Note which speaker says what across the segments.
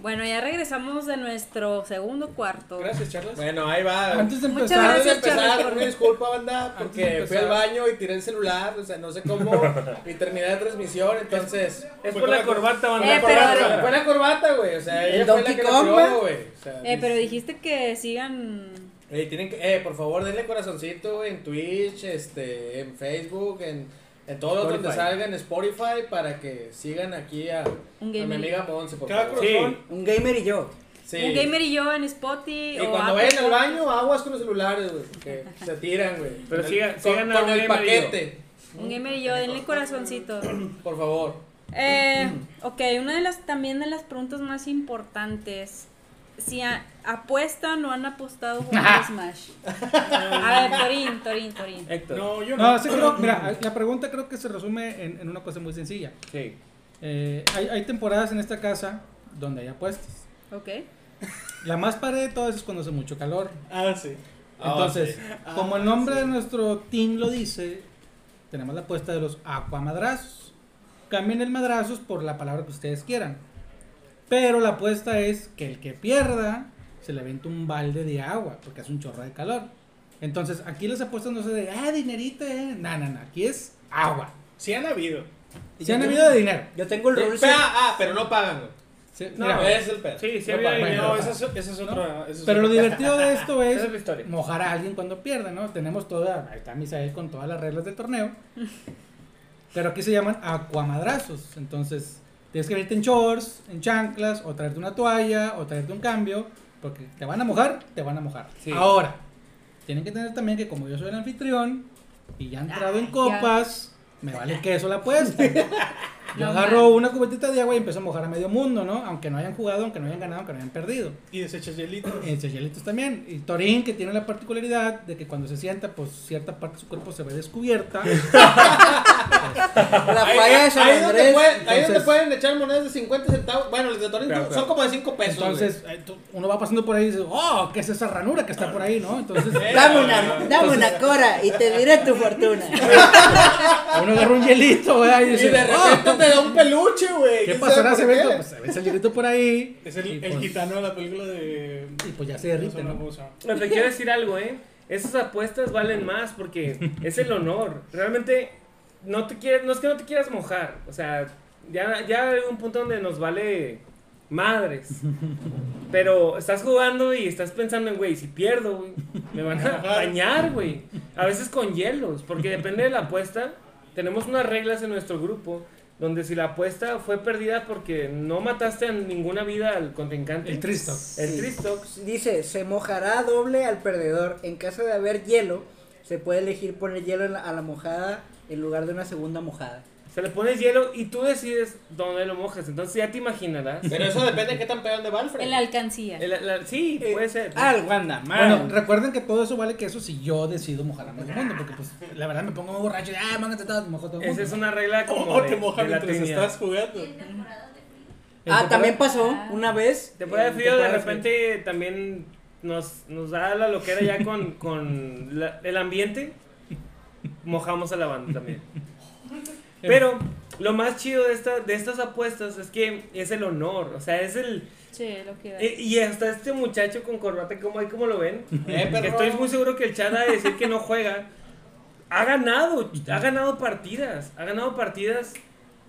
Speaker 1: Bueno, ya regresamos de nuestro segundo cuarto.
Speaker 2: Gracias, Charles.
Speaker 3: Bueno, ahí va.
Speaker 2: Antes de
Speaker 1: Muchas
Speaker 2: empezar,
Speaker 3: Antes de
Speaker 1: Gracias, Charlie,
Speaker 3: empezar,
Speaker 1: por-
Speaker 3: una disculpa, banda,
Speaker 2: Antes de
Speaker 3: porque fui al
Speaker 2: empezar.
Speaker 3: baño y tiré el celular, o sea, no sé cómo, y terminé la transmisión, entonces...
Speaker 4: Es por la corbata,
Speaker 1: Eh,
Speaker 3: Fue la
Speaker 4: banda.
Speaker 1: pero-
Speaker 3: corbata, fue la corbata, güey, o sea,
Speaker 5: El
Speaker 3: ella fue la
Speaker 5: Donkey
Speaker 3: que
Speaker 5: Kong,
Speaker 3: lo
Speaker 5: ¿va?
Speaker 3: creó, güey. o sea,
Speaker 1: Eh, pero dijiste que sigan.
Speaker 3: eh, tienen que, eh, por favor, denle corazoncito güey, en Twitch, este, en Facebook, en, en todos los donde
Speaker 4: Spotify.
Speaker 3: salgan, Spotify, para que sigan aquí a, a
Speaker 1: Un
Speaker 3: mi
Speaker 1: gamer.
Speaker 3: amiga Monse, por
Speaker 2: Cada
Speaker 3: favor.
Speaker 4: Sí.
Speaker 2: corazón.
Speaker 5: Un gamer y yo.
Speaker 3: Sí.
Speaker 1: Un gamer y yo en Spotify.
Speaker 3: Y
Speaker 1: o
Speaker 3: cuando
Speaker 1: Apple
Speaker 3: vayan al
Speaker 1: Podcast.
Speaker 3: baño, aguas con los celulares, güey, que se tiran, güey.
Speaker 4: Pero
Speaker 3: Con
Speaker 4: sigan-
Speaker 3: el-
Speaker 4: sigan
Speaker 3: con,
Speaker 4: a
Speaker 3: con
Speaker 4: un
Speaker 3: el
Speaker 4: gamer y yo.
Speaker 3: paquete,
Speaker 1: Un gamer y yo, denle corazoncito.
Speaker 3: por favor.
Speaker 1: Eh, ok, una de las también de las preguntas más importantes. Si a- apuestan o han apostado jugando a Smash. A ver, Torín, Torín, Torín.
Speaker 4: Héctor.
Speaker 2: No, yo no.
Speaker 6: No, sí, creo- mira, la pregunta creo que se resume en, en una cosa muy sencilla.
Speaker 4: Sí.
Speaker 6: Eh, hay, hay temporadas en esta casa donde hay apuestas.
Speaker 1: Ok.
Speaker 6: La más padre de todas es cuando hace mucho calor.
Speaker 2: Ah, sí.
Speaker 3: Ah,
Speaker 6: Entonces,
Speaker 3: sí.
Speaker 6: como el nombre de nuestro team lo dice, tenemos la apuesta de los acuamadrazos. Cambien el madrazos por la palabra que ustedes quieran. Pero la apuesta es que el que pierda se le avienta un balde de agua, porque hace un chorro de calor. Entonces, aquí las apuestas no se de, ah, dinerito, eh. No, no, no, aquí es agua.
Speaker 2: Sí han habido.
Speaker 6: Se han habido de dinero.
Speaker 5: Yo tengo el
Speaker 3: Sí,
Speaker 5: rule.
Speaker 3: pero- ah, pero no pagan, güey.
Speaker 6: Sí,
Speaker 4: No,
Speaker 6: mira,
Speaker 3: Ese es el pedo.
Speaker 4: Sí, sí
Speaker 3: No
Speaker 4: había
Speaker 3: pagan.
Speaker 4: dinero.
Speaker 2: No, esa es, esa es otra. esa es
Speaker 6: Pero lo
Speaker 2: otra.
Speaker 6: divertido de esto
Speaker 4: Esa es la
Speaker 6: es
Speaker 4: historia.
Speaker 6: mojar a alguien cuando pierda, ¿no? Tenemos toda, ahí está Misael con todas las reglas del torneo. Pero aquí se llaman acuamadrazos. Entonces, tienes que irte en shorts, en chanclas, o traerte una toalla, o traerte un cambio, porque te van a mojar, te van a mojar.
Speaker 4: Sí.
Speaker 6: Ahora, tienen que tener también que como yo soy el anfitrión y ya he entrado
Speaker 1: Ay,
Speaker 6: en
Speaker 1: ya.
Speaker 6: copas, me vale queso la apuesta. Yo
Speaker 1: No
Speaker 6: agarro
Speaker 1: manches.
Speaker 6: una cubetita de agua y empiezo a mojar a medio mundo, ¿no? Aunque no hayan jugado, aunque no hayan ganado, aunque no hayan perdido.
Speaker 2: Y desechas hielito.
Speaker 6: En Seychelitos también. Y Torín, que tiene la particularidad de que cuando se sienta, pues cierta parte de su cuerpo se ve descubierta.
Speaker 5: La
Speaker 3: Ahí-
Speaker 5: falla de San
Speaker 3: ahí, donde
Speaker 5: Andrés.
Speaker 3: pueden, ahí
Speaker 6: entonces-
Speaker 3: donde pueden echar monedas de 50 centavos. Bueno, los de Torín
Speaker 4: Claro,
Speaker 3: son
Speaker 4: claro.
Speaker 3: como de 5 pesos.
Speaker 6: Entonces, eh, tú- uno va pasando por ahí y dice, oh, ¿qué es esa ranura que está por ahí, no? Entonces,
Speaker 5: Dame una, dame una cora y te diré tu fortuna.
Speaker 6: uno agarra un hielito, ¿verdad? Y
Speaker 3: güey.
Speaker 6: dice,
Speaker 3: y de repente
Speaker 6: "Oh,
Speaker 3: te da un peluche, güey.
Speaker 6: ¿qué
Speaker 3: ¿Quién
Speaker 6: pasará? Se
Speaker 3: sabe por
Speaker 6: ve,
Speaker 3: qué?
Speaker 6: pues, se ve ese hielito por ahí.
Speaker 2: Es el,
Speaker 6: y,
Speaker 2: el
Speaker 6: pues,
Speaker 2: gitano de la película de.
Speaker 6: Y pues ya se derrite,
Speaker 2: Zona
Speaker 6: ¿no?
Speaker 2: Rosa.
Speaker 4: Pero te quiero decir algo, ¿eh? Esas apuestas valen más porque es el honor. Realmente, no, te quieres, no es que no te quieras mojar. O sea, ya, ya hay un punto donde nos vale madres. Pero estás jugando y estás pensando en, güey, si pierdo, güey, me van a bañar, güey. A veces con hielos, porque depende de la apuesta. Tenemos unas reglas en nuestro grupo donde si la apuesta fue perdida porque no mataste a ninguna vida al contrincante.
Speaker 6: El tristo.
Speaker 4: El Tristox.
Speaker 5: Dice, se mojará doble al perdedor. En caso de haber hielo, se puede elegir poner hielo en la- a la mojada en lugar de una segunda mojada.
Speaker 4: Se le pones hielo y tú decides dónde lo mojas. Entonces ya te imaginarás.
Speaker 3: Pero eso depende de qué tan peón de Alfred.
Speaker 1: En la alcancía.
Speaker 4: El- la- sí, puede ser.
Speaker 5: Ah, el Wanda,
Speaker 6: Bueno,
Speaker 5: man.
Speaker 6: recuerden que todo eso vale queso si yo decido mojar a medio mundo, porque pues la verdad me pongo muy borracho y ah, mángate todo, mojo todo. el
Speaker 4: Esa
Speaker 6: mundo".
Speaker 4: es una regla
Speaker 2: O
Speaker 4: como
Speaker 2: o
Speaker 4: de-
Speaker 2: te
Speaker 4: de
Speaker 2: mojan
Speaker 4: la
Speaker 2: mientras
Speaker 4: Trinidad.
Speaker 2: estás jugando.
Speaker 5: ah, también pasó una vez.
Speaker 4: Te puede
Speaker 5: eh,
Speaker 4: dar frío, de
Speaker 5: temporada
Speaker 4: repente también nos, nos da la loquera ya con, con la- el ambiente. Mojamos a la banda también. Pero lo más chido de, esta, de estas apuestas es que es el honor. O sea, es el...
Speaker 1: Sí, lo que da.
Speaker 4: eh, Y hasta este muchacho con corbata, como ahí como lo ven,
Speaker 3: Eh,
Speaker 4: Que
Speaker 3: perro.
Speaker 4: Estoy muy seguro que el chat ha de decir que no juega. Ha ganado, ha ganado partidas, ha ganado partidas.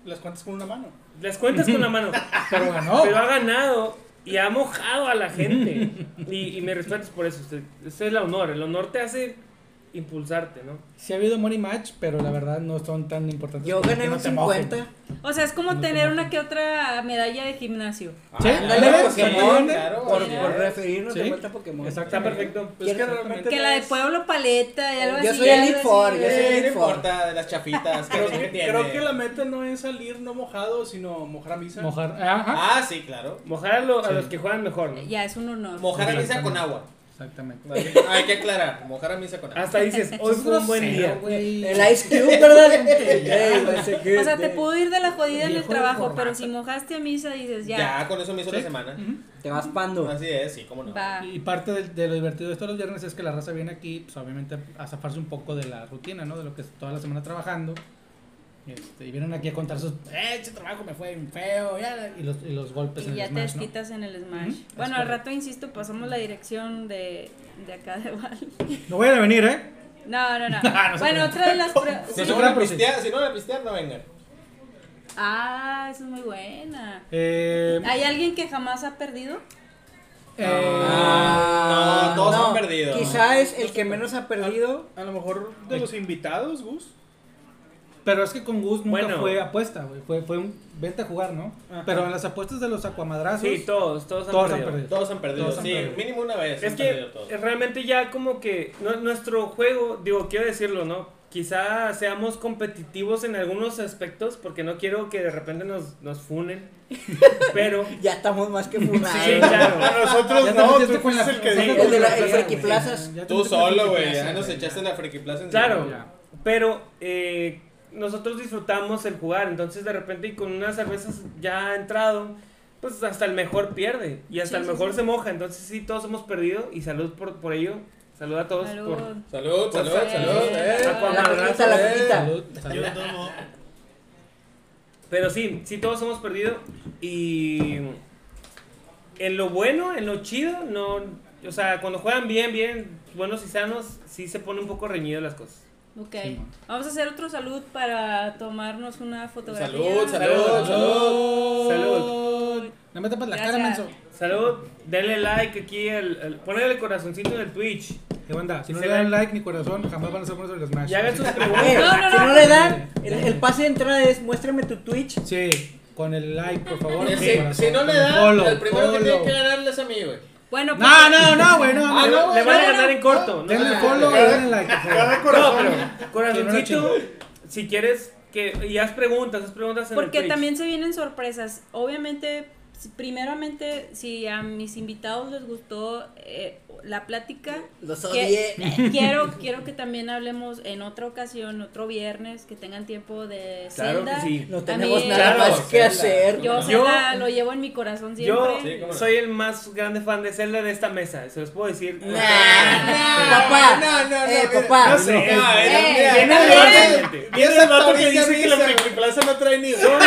Speaker 2: Las cuentas con una mano.
Speaker 4: Las cuentas con la mano,
Speaker 6: Pero ganó.
Speaker 4: pero ha ganado y ha mojado a la gente. Y, y me respetas por eso. usted- Eso es el honor. El honor te hace impulsarte, ¿no?
Speaker 6: Sí ha habido money match, pero la verdad no son tan importantes.
Speaker 5: Yo
Speaker 6: como que
Speaker 5: gané
Speaker 6: no
Speaker 5: un
Speaker 6: te mojen.
Speaker 5: 50.
Speaker 1: O sea, es como tener una que otra medalla de gimnasio.
Speaker 6: Sí,
Speaker 5: Ándale,
Speaker 6: ándale,
Speaker 5: Pokémon.
Speaker 6: sí,
Speaker 3: claro.
Speaker 5: por,
Speaker 1: Sí.
Speaker 5: por referirnos de
Speaker 6: Sí.
Speaker 5: vuelta a Pokémon.
Speaker 6: Exacto.
Speaker 4: Está perfecto.
Speaker 2: Pues es que realmente.
Speaker 1: Que la de Pueblo Paleta y algo
Speaker 5: Yo
Speaker 1: así.
Speaker 5: soy
Speaker 1: algo
Speaker 5: Elite
Speaker 1: así.
Speaker 5: Four, yo soy
Speaker 3: Eh,
Speaker 5: Elite
Speaker 3: no
Speaker 5: Four.
Speaker 3: importa de las chafitas.
Speaker 2: Creo
Speaker 3: creo,
Speaker 2: que,
Speaker 3: que tiene.
Speaker 2: creo que la meta no es salir no mojado, sino mojar a misa.
Speaker 6: Mojar. Ajá.
Speaker 3: Ah, sí, claro.
Speaker 4: Mojar a, lo- a los que juegan mejor, ¿no?
Speaker 1: Eh, Ya, es un honor.
Speaker 3: Mojar a misa con agua.
Speaker 6: Exactamente.
Speaker 3: Hay que aclarar, mojar a misa con agua.
Speaker 4: Hasta dices, hoy fue un buen día.
Speaker 5: El Ice Cube, ¿verdad? Ey, güey, ese que-
Speaker 1: O sea, te pudo ir de la jodida en el
Speaker 6: Viejo
Speaker 1: trabajo,
Speaker 6: borracho.
Speaker 1: pero si mojaste a misa dices
Speaker 3: ya.
Speaker 1: ya.
Speaker 3: con eso me hizo
Speaker 6: Sí.
Speaker 3: la semana.
Speaker 5: Te vas pando.
Speaker 3: Así es, sí, cómo no.
Speaker 1: Va.
Speaker 6: Y parte del- de, lo divertido de esto de los viernes es que la raza viene aquí, pues obviamente a zafarse un poco de la rutina, ¿no? De lo que es toda la semana trabajando. Este, y vienen aquí a contar sus, eh, ese trabajo me fue bien feo, ya", y los, y los golpes
Speaker 1: Y
Speaker 6: Pues en
Speaker 1: ya
Speaker 6: el
Speaker 1: te
Speaker 6: smash, ¿no?
Speaker 1: desquitas en el Smash.
Speaker 6: Ujú, es
Speaker 1: Bueno, al
Speaker 6: correcto.
Speaker 1: rato, insisto, pasamos la dirección de, de acá de Val.
Speaker 6: No vayan a venir, ¿eh?
Speaker 1: No, no, no.
Speaker 6: No se
Speaker 1: bueno,
Speaker 6: crean.
Speaker 1: otra de las... pre-
Speaker 3: Si
Speaker 1: sí.
Speaker 3: no
Speaker 6: crean,
Speaker 3: van a
Speaker 6: pero sí.
Speaker 3: pistear, si no van a pistear, no vengan.
Speaker 1: Ah, esa es muy buena.
Speaker 6: Eh,
Speaker 1: ¿Hay alguien que jamás ha perdido? Ah.
Speaker 6: eh,
Speaker 3: no, todos han perdido.
Speaker 5: Ah, Quizá es el que menos ha perdido.
Speaker 2: A lo mejor de los invitados, Gus.
Speaker 6: pero es que con Gus nunca
Speaker 4: Bueno.
Speaker 6: fue apuesta, güey. Fue, fue un vente a jugar, ¿no?
Speaker 2: Ajá.
Speaker 6: Pero en las apuestas de los acuamadrazos,
Speaker 4: Sí, todos, todos han
Speaker 6: todos han
Speaker 4: perdido.
Speaker 6: perdido.
Speaker 3: Todos han perdido,
Speaker 6: Todos han
Speaker 3: sí,
Speaker 6: perdido.
Speaker 3: mínimo una vez.
Speaker 4: Es
Speaker 3: han
Speaker 4: que
Speaker 3: perdido todos.
Speaker 4: realmente ya como que nu- nuestro juego, digo, quiero decirlo, ¿no? Quizá seamos competitivos en algunos aspectos porque no quiero que de repente nos, nos funen. Pero...
Speaker 5: Ya estamos más que
Speaker 4: Sí,
Speaker 5: funados.
Speaker 4: claro.
Speaker 6: Ya
Speaker 2: nosotros
Speaker 6: te metiste con la-
Speaker 2: fuiste
Speaker 6: o sea,
Speaker 4: dijo.
Speaker 6: con
Speaker 5: El de la- el
Speaker 6: plaza,
Speaker 5: Friki
Speaker 6: güey.
Speaker 5: Plazas.
Speaker 6: Ya te
Speaker 3: Tú
Speaker 6: metiste con
Speaker 3: solo,
Speaker 6: Friki
Speaker 3: güey.
Speaker 6: Plaza,
Speaker 3: Pues, Ya nos
Speaker 6: güey,
Speaker 3: echaste
Speaker 6: ya.
Speaker 3: la friki plaza encima.
Speaker 4: Claro,
Speaker 6: Ya.
Speaker 4: pero eh, nosotros disfrutamos el jugar, entonces de repente y con unas cervezas ya entrado, pues hasta el mejor pierde y hasta
Speaker 1: Sí,
Speaker 4: el
Speaker 1: sí,
Speaker 4: mejor
Speaker 1: sí.
Speaker 4: se moja, entonces sí, todos hemos perdido y salud por, por ello, salud a todos
Speaker 1: Salud.
Speaker 4: por...
Speaker 3: Salud,
Speaker 4: Por
Speaker 3: salud,
Speaker 4: favor.
Speaker 3: salud. eh.
Speaker 4: Aqua-
Speaker 5: La coquita, la
Speaker 1: eh.
Speaker 5: coquita.
Speaker 6: Salud, salud.
Speaker 7: Yo tomo.
Speaker 4: Pero sí, sí todos hemos perdido y en lo bueno, en lo chido, no, o sea, cuando juegan bien, bien, buenos y sanos, sí se pone un poco reñido las cosas.
Speaker 1: Ok.
Speaker 6: Simón.
Speaker 1: Vamos a hacer otro salud para tomarnos una fotografía.
Speaker 3: Salud,
Speaker 4: Salud.
Speaker 3: salud, salud.
Speaker 4: Salud.
Speaker 6: No me tapas la cara,
Speaker 1: Gracias.
Speaker 6: menso.
Speaker 4: Salud, denle like aquí, el, el- ponle el corazoncito en el Twitch.
Speaker 6: ¿Qué onda? Si no
Speaker 4: Se
Speaker 6: le dan
Speaker 4: la-
Speaker 6: like ni corazón, jamás van a ser buenos en el Smash.
Speaker 4: Y hagan sus
Speaker 5: Eh,
Speaker 4: preguntas.
Speaker 1: No, no,
Speaker 5: Si
Speaker 1: no.
Speaker 5: no le dan, el, el pase de entrada es muéstrame tu Twitch.
Speaker 6: Sí, con el like, por favor.
Speaker 3: Eh,
Speaker 6: con
Speaker 3: si-
Speaker 6: corazón,
Speaker 3: Si no le
Speaker 6: con
Speaker 3: dan,
Speaker 6: follow,
Speaker 3: el primero que
Speaker 6: follow.
Speaker 3: tiene que ganarle es a mí, güey.
Speaker 1: Bueno, pues,
Speaker 6: No, no, no, güey, no.
Speaker 3: Ah,
Speaker 6: no,
Speaker 3: no, Ah,
Speaker 4: Le van a
Speaker 3: no,
Speaker 4: ganar en corto. No,
Speaker 6: Denle
Speaker 4: No,
Speaker 6: follow y denle like. por favor.
Speaker 7: Cada corazón.
Speaker 4: pero corazoncito, si quieres que y haz preguntas, haz preguntas en el
Speaker 1: Porque
Speaker 4: Twitch.
Speaker 1: también se vienen sorpresas. Obviamente, si- primeramente, si a mis invitados les gustó eh, la plática,
Speaker 5: Los
Speaker 1: que-
Speaker 5: odié.
Speaker 1: quiero, quiero que también hablemos en otra ocasión, otro viernes, que tengan tiempo de
Speaker 4: Claro que
Speaker 1: Zelda.
Speaker 4: sí.
Speaker 5: No
Speaker 1: A
Speaker 5: tenemos
Speaker 1: mí-
Speaker 5: nada
Speaker 4: Claro,
Speaker 5: más que
Speaker 3: Zelda.
Speaker 5: hacer.
Speaker 1: Yo,
Speaker 4: No.
Speaker 1: Zelda, lo llevo en mi corazón
Speaker 4: Yo
Speaker 1: siempre.
Speaker 3: Sí, cómo no.
Speaker 4: soy el más grande fan de Zelda de esta mesa, se los puedo decir.
Speaker 5: Papá.
Speaker 3: Ah, no, no,
Speaker 5: Eh,
Speaker 3: mira.
Speaker 5: papá.
Speaker 4: No sé.
Speaker 3: No,
Speaker 4: Eh,
Speaker 3: era- Ah, mira,
Speaker 4: viene
Speaker 3: era-
Speaker 4: el vato-
Speaker 3: era-
Speaker 4: viene
Speaker 3: era
Speaker 4: el vato
Speaker 3: Patricia
Speaker 4: que dice que la
Speaker 3: Misa,
Speaker 4: Friki
Speaker 3: güey.
Speaker 4: Soy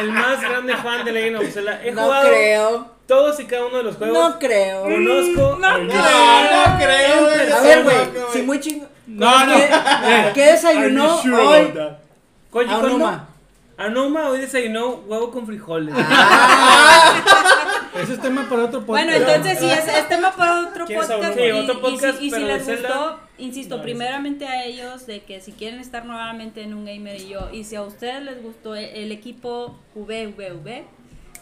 Speaker 4: el más grande fan de Legend of Zelda. He
Speaker 5: No
Speaker 4: jugado
Speaker 5: creo.
Speaker 4: todos y cada uno de los juegos.
Speaker 5: No mm, creo.
Speaker 1: Mm,
Speaker 4: Conozco.
Speaker 1: No
Speaker 4: al-
Speaker 3: No, no creo, güey.
Speaker 5: A ver, güey,
Speaker 3: No, Eh,
Speaker 5: si muy chingo.
Speaker 6: No, no.
Speaker 5: ¿Qué, qué desayunó hoy?
Speaker 4: Koji Kondo.
Speaker 5: Aonuma. Ah.
Speaker 4: Anoma hoy desayunó huevo con frijoles.
Speaker 6: Ese es tema para otro podcast.
Speaker 1: Bueno, entonces sí, este, es, es tema para otro
Speaker 4: ¿Quieres
Speaker 1: podcast.
Speaker 4: hablar?
Speaker 1: y-
Speaker 4: Sí, otro
Speaker 1: y si-
Speaker 4: podcast,
Speaker 1: y, si,
Speaker 4: pero
Speaker 1: les
Speaker 4: de Zelda.
Speaker 1: gustó, insisto, primeramente a ellos, de que si quieren estar nuevamente en un gamer y yo, y si a ustedes les gustó e- el, equipo VVV,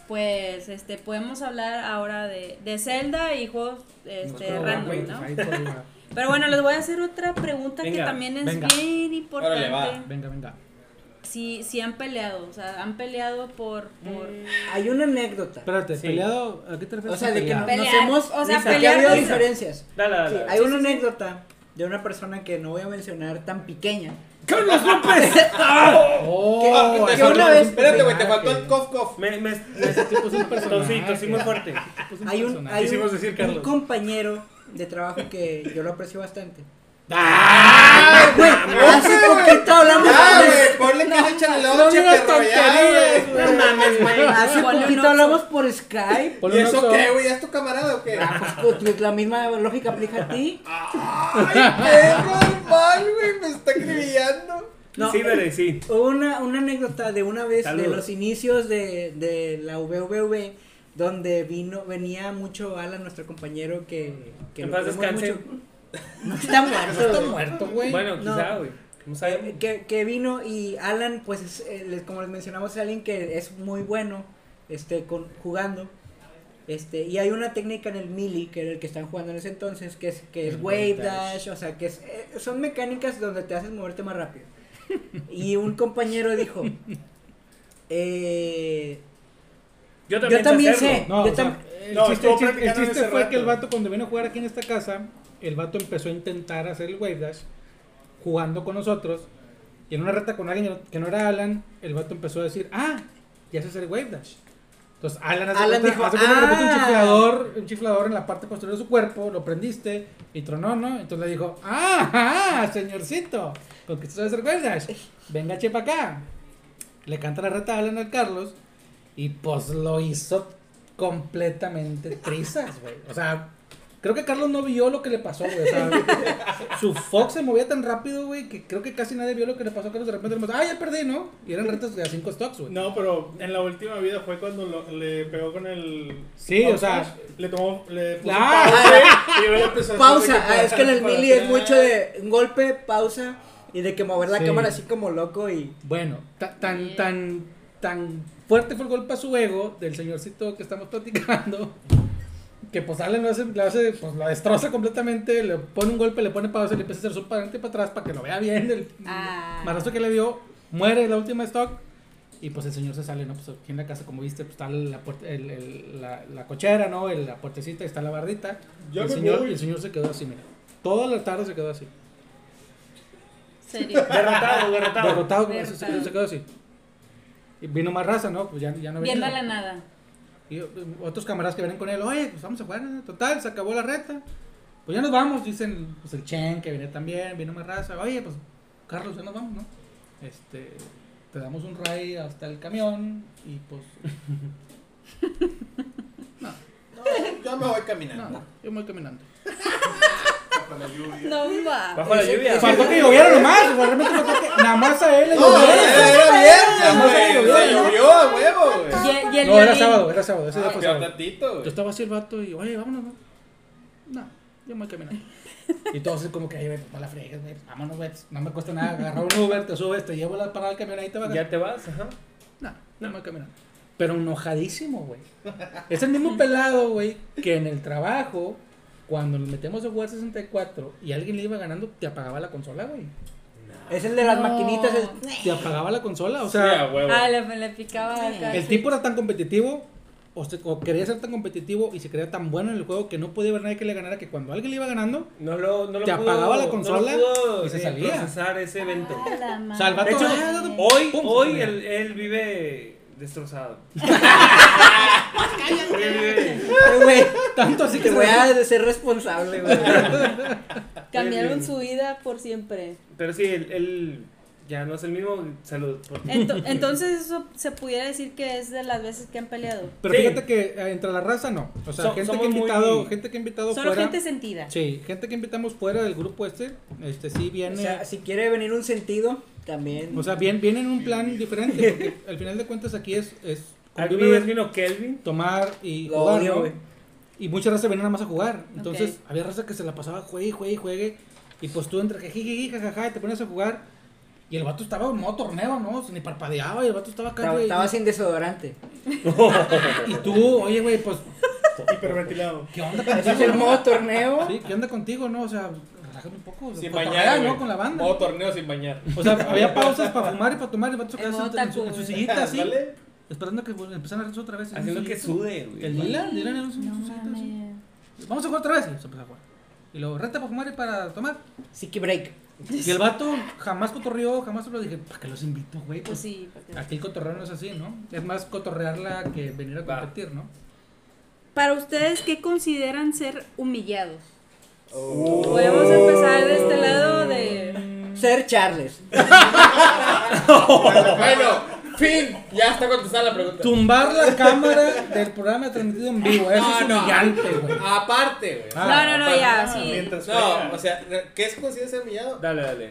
Speaker 1: pues este podemos hablar ahora de, de Zelda y juegos este,
Speaker 6: Pero,
Speaker 1: random,
Speaker 6: Pues, güey,
Speaker 1: ¿no?
Speaker 6: ahí por la-
Speaker 1: Pero bueno, les voy a hacer otra pregunta que
Speaker 4: Venga,
Speaker 1: también es
Speaker 6: venga.
Speaker 1: bien importante.
Speaker 3: Órale, va.
Speaker 6: Venga, venga.
Speaker 1: Si, si han peleado, o sea, han peleado por... por...
Speaker 5: Hay una anécdota.
Speaker 6: Espérate,
Speaker 4: Sí.
Speaker 6: peleado, ¿a qué te refieres?
Speaker 5: O sea,
Speaker 6: con
Speaker 5: de que no-
Speaker 6: peleado?
Speaker 1: Pelear.
Speaker 5: nos hemos.
Speaker 1: O sea,
Speaker 5: que ha
Speaker 1: pelear
Speaker 5: habido
Speaker 1: no es-
Speaker 5: diferencias.
Speaker 4: Dale, dale.
Speaker 5: Sí,
Speaker 4: dale.
Speaker 5: hay una anécdota de una persona que no voy a mencionar tan pequeña.
Speaker 4: ¡Carlos López!
Speaker 6: Oh,
Speaker 3: Ah,
Speaker 5: que una vez-
Speaker 3: Espérate, güey, te faltó el cof cof.
Speaker 4: me, me,
Speaker 6: Ese tipo es un personaje.
Speaker 4: tosí, tosí muy fuerte.
Speaker 5: Hay un, hay un,
Speaker 2: Quisimos decir
Speaker 5: un
Speaker 2: Carlos.
Speaker 5: compañero de trabajo que yo lo aprecio bastante. Ah, Güey,
Speaker 3: Ah,
Speaker 5: hace poquito hablamos
Speaker 3: Ya,
Speaker 5: de
Speaker 3: Ah, güey, ponle cacha en el
Speaker 5: No
Speaker 3: lonche,
Speaker 5: digas
Speaker 3: perro, ya, güey.
Speaker 4: No mames, güey.
Speaker 5: Hace
Speaker 1: Ponle un
Speaker 5: poquito
Speaker 1: Oxxo.
Speaker 5: hablamos por Skype.
Speaker 6: Ponle
Speaker 3: ¿Y
Speaker 6: un
Speaker 3: eso
Speaker 6: oxo.
Speaker 3: qué, güey? ¿Ya ¿Es tu camarada o qué?
Speaker 5: Ah, pues, pues, pues, la misma lógica aplica a ti.
Speaker 3: Perro, el mal, güey, me está acribillando.
Speaker 5: No,
Speaker 4: Sí, Bere, sí.
Speaker 5: Hubo una, una anécdota de una vez de
Speaker 4: Saludos.
Speaker 5: los inicios de, de la VVV donde vino, venía mucho Alan, nuestro compañero que, que
Speaker 4: En
Speaker 5: lo
Speaker 4: paz
Speaker 5: queremos
Speaker 4: descanse.
Speaker 5: mucho. No está muerto.
Speaker 6: Está muerto, güey.
Speaker 4: Bueno,
Speaker 5: No.
Speaker 4: quizá, güey. No
Speaker 5: Eh,
Speaker 4: sabemos.
Speaker 5: Que, que vino y Alan, pues es, eh, les- como les mencionamos, es alguien que es muy bueno este, con, jugando. Este, y hay una técnica en el melee, que era el que están jugando en ese entonces, que es, que es
Speaker 6: El
Speaker 5: wave
Speaker 6: wave dash.
Speaker 5: dash, o sea, que es, eh, son mecánicas donde te haces moverte más rápido. Y un compañero dijo, eh,
Speaker 4: Yo también,
Speaker 5: Yo también
Speaker 4: hacerlo.
Speaker 5: sé.
Speaker 6: No,
Speaker 5: Yo
Speaker 6: o sea,
Speaker 5: tam-
Speaker 6: el,
Speaker 2: No, estuvo
Speaker 6: chiste, el chiste-
Speaker 2: practicando
Speaker 6: el chiste
Speaker 2: hace
Speaker 6: fue
Speaker 2: rato.
Speaker 6: que el vato, cuando vino a jugar aquí en esta casa, el vato empezó a intentar hacer el wave dash jugando con nosotros. Y en una reta con alguien que no era Alan, el vato empezó a decir, ah, ya sé hacer wave dash. Entonces Alan, hace
Speaker 5: Alan
Speaker 6: cuenta-
Speaker 5: dijo,
Speaker 6: hace cuenta que le puso
Speaker 5: "Ah".
Speaker 6: un chiflador, un chiflador en la parte posterior de su cuerpo, lo prendiste y tronó, ¿no? Entonces le dijo, ah, ah, señorcito, con que usted sabe hacer wave dash, venga chepa acá. Le canta la reta a Alan al Carlos y pues lo hizo completamente trizas, güey. O sea, creo que Carlos no vio lo que le pasó, güey. O sea, su Fox se movía tan rápido, güey, que creo que casi nadie vio lo que le pasó a Carlos. De repente, nomás, ah, ya perdí, ¿no? Y eran retos de 5 stocks, güey.
Speaker 2: No, pero en la última vida fue cuando lo- le pegó con el.
Speaker 6: Sí, o
Speaker 2: Oxlash,
Speaker 6: sea-
Speaker 2: Le tomó. Le puso
Speaker 6: Ah.
Speaker 2: pausa y luego empezó a
Speaker 5: Pausa,
Speaker 2: hacer de
Speaker 5: ah, es que en el
Speaker 2: para
Speaker 5: mili es
Speaker 2: atrás.
Speaker 5: mucho de un golpe, pausa y de que mover la
Speaker 6: Sí.
Speaker 5: cámara así como loco y
Speaker 6: Bueno, ta- tan, tan, tan fuerte fue el golpe a su ego del señorcito que estamos platicando. Que pues Alan lo hace, lo hace, pues la destroza completamente, le pone un golpe, le pone pausa, le empieza a hacer su para adelante y para atrás para que lo vea bien el
Speaker 1: Ah.
Speaker 6: marazo que le dio, muere la última stock y pues el señor se sale, ¿no? Pues aquí en la casa, como viste, pues está la, puerta- el- el- la, la cochera, ¿no? El- la puertecita, está la bardita. Y
Speaker 2: Yo
Speaker 6: el,
Speaker 2: me
Speaker 6: señor,
Speaker 2: voy.
Speaker 6: y el señor se quedó así, mira. Toda la tarde se quedó así.
Speaker 1: Serio.
Speaker 4: Derrotado, derrotado.
Speaker 6: Derrotado, como se, se
Speaker 1: Derrotado.
Speaker 6: quedó así. Y vino más raza, ¿no? Pues ya, ya no venía.
Speaker 1: Viendo a la nada.
Speaker 6: Y eh, otros camaradas que vienen con él, oye, pues vamos a jugar, ¿no? total, se acabó la reta. Pues ya nos vamos, dicen pues el Chen que venía también, vino más raza, oye, pues Carlos, ya nos vamos, ¿no? Este, te damos un ray hasta el camión y pues,
Speaker 7: No, yo me voy
Speaker 6: no,
Speaker 7: caminando.
Speaker 6: no, yo me voy caminando.
Speaker 7: Con la lluvia.
Speaker 1: No va.
Speaker 4: Bajo la lluvia.
Speaker 6: Faltó que lloviera nomás, o sea, realmente faltó que nada más a él le
Speaker 7: No,
Speaker 6: lloviera.
Speaker 7: era era
Speaker 6: No,
Speaker 7: viernes,
Speaker 6: no,
Speaker 7: güey. Se
Speaker 6: no, no.
Speaker 7: llovió a huevo, güey.
Speaker 1: Y, y el
Speaker 6: No, era
Speaker 1: violín.
Speaker 6: sábado, era sábado, ese día
Speaker 7: Ah,
Speaker 6: fue
Speaker 7: ya
Speaker 6: sábado.
Speaker 7: ratito,
Speaker 6: Yo
Speaker 7: güey.
Speaker 6: estaba así el vato y, oye, vámonos, ¿no? No, yo me voy caminando. Y todos así como que, "Ay, güey, pues, no la fregues, güey, vámonos, güey, no me cuesta nada agarrar un Uber, te subes, te llevo a la parada del camión, ahí te bajas.
Speaker 4: Ya te vas, ajá.
Speaker 6: No, no me voy caminando. Pero enojadísimo, güey. Es el mismo pelado, güey, que en el trabajo, cuando nos metemos a jugar 64 y alguien le iba ganando, te apagaba la consola, güey.
Speaker 5: es el de las
Speaker 1: No.
Speaker 5: maquinitas, el-
Speaker 6: Te apagaba la consola, o
Speaker 4: Sí, a
Speaker 6: sea,
Speaker 4: huevo.
Speaker 1: Ah, le, le picaba acá.
Speaker 6: el tipo era tan competitivo o, se- o quería ser tan competitivo y se creía tan bueno en el juego que no podía haber nadie que le ganara que cuando alguien le iba ganando,
Speaker 4: No lo, no lo
Speaker 6: Te
Speaker 4: pudo-
Speaker 6: apagaba la
Speaker 4: no lo
Speaker 6: consola
Speaker 4: pudo,
Speaker 6: y se
Speaker 4: eh,
Speaker 6: salía.
Speaker 4: procesar ese evento.
Speaker 1: A la madre.
Speaker 6: Salva-
Speaker 4: De hecho,
Speaker 6: Ah,
Speaker 4: hoy,
Speaker 6: pum,
Speaker 4: hoy
Speaker 6: mira.
Speaker 4: él, él vive destrozado. Hoy vive-
Speaker 5: Ay, güey,
Speaker 6: tanto así que
Speaker 5: te
Speaker 6: se-
Speaker 5: voy a ser responsable, güey.
Speaker 1: Cambiaron su vida por siempre.
Speaker 4: Pero sí, él, él ya no es el mismo. Salud. por-
Speaker 1: Ento- entonces eso se pudiera decir que es de las veces que han peleado.
Speaker 6: Pero
Speaker 4: Sí.
Speaker 6: fíjate que eh, entre la raza no. O sea,
Speaker 4: So-
Speaker 6: gente, que
Speaker 4: somos
Speaker 6: he invitado,
Speaker 4: muy-
Speaker 6: gente que he invitado
Speaker 1: Solo
Speaker 6: fuera.
Speaker 1: gente sentida.
Speaker 6: Sí, gente que invitamos fuera del grupo este, este sí viene.
Speaker 5: O sea, si quiere venir un sentido, también.
Speaker 6: bien, viene en un plan diferente. Porque al final de cuentas aquí es, es
Speaker 4: ¿Alguna vez
Speaker 6: convivir,
Speaker 4: vino Kelvin?
Speaker 6: tomar y
Speaker 5: Lo
Speaker 6: jugar,
Speaker 5: odio,
Speaker 6: ¿no?
Speaker 5: güey.
Speaker 6: Y muchas razas venían nada más a jugar. Entonces, había raza que se la pasaba juegue, juegue, juegue. Y pues tú entre jiji, jajaja, y te pones a jugar. Y el vato estaba en modo torneo, ¿no? O sea, ni parpadeaba y el vato estaba acá.
Speaker 5: Estaba,
Speaker 6: güey,
Speaker 5: estaba sin desodorante.
Speaker 6: y, y tú, oye, güey, pues,
Speaker 2: Hiperventilado.
Speaker 6: ¿qué onda
Speaker 5: Ese es el
Speaker 6: contigo?
Speaker 5: modo torneo.
Speaker 6: Sí, ¿qué onda contigo, no? O sea, relájame un poco. o sea,
Speaker 3: Sin
Speaker 6: cotorrea,
Speaker 3: bañar,
Speaker 6: ¿no?
Speaker 3: güey.
Speaker 6: Con la banda.
Speaker 3: Modo torneo sin bañar.
Speaker 6: O sea, había pausas para fumar y para tomar y para tocar
Speaker 1: En modo
Speaker 6: en, su,
Speaker 1: taco,
Speaker 6: en su
Speaker 1: güey.
Speaker 6: sillita así.
Speaker 3: ¿Vale?
Speaker 6: Esperando que bueno, empezaran a rezar otra vez. en
Speaker 4: Haciendo
Speaker 6: su
Speaker 4: que
Speaker 6: sillita.
Speaker 4: sude, güey.
Speaker 6: El Dylan, Dylan era un
Speaker 1: No
Speaker 6: un sillita así.
Speaker 1: mames.
Speaker 6: Vamos a jugar otra vez. Y se empezó a jugar. Y luego, reta para fumar y para tomar.
Speaker 5: Siki break.
Speaker 6: Y el vato jamás cotorreó, jamás lo dije, ¿para qué los invito, güey?
Speaker 1: Pues sí. porque-
Speaker 6: Aquí el cotorreo no es así, ¿no? Es más cotorrearla que venir a
Speaker 4: Va.
Speaker 6: competir, ¿no?
Speaker 1: Para ustedes, ¿qué consideran ser humillados?
Speaker 3: Oh.
Speaker 1: Podemos empezar de este lado de...
Speaker 5: Ser Charles.
Speaker 3: Bueno, fin. Ya está contestada la pregunta.
Speaker 6: Tumbar la cámara del programa transmitido en vivo, eso
Speaker 3: No,
Speaker 6: es
Speaker 3: no.
Speaker 6: humillante, güey.
Speaker 3: Aparte, güey.
Speaker 6: Ah,
Speaker 1: no, no, no, ya,
Speaker 2: Ah,
Speaker 1: sí.
Speaker 2: Mientras
Speaker 3: No, o sea, ¿qué es considera ser humillado?
Speaker 4: Dale, dale.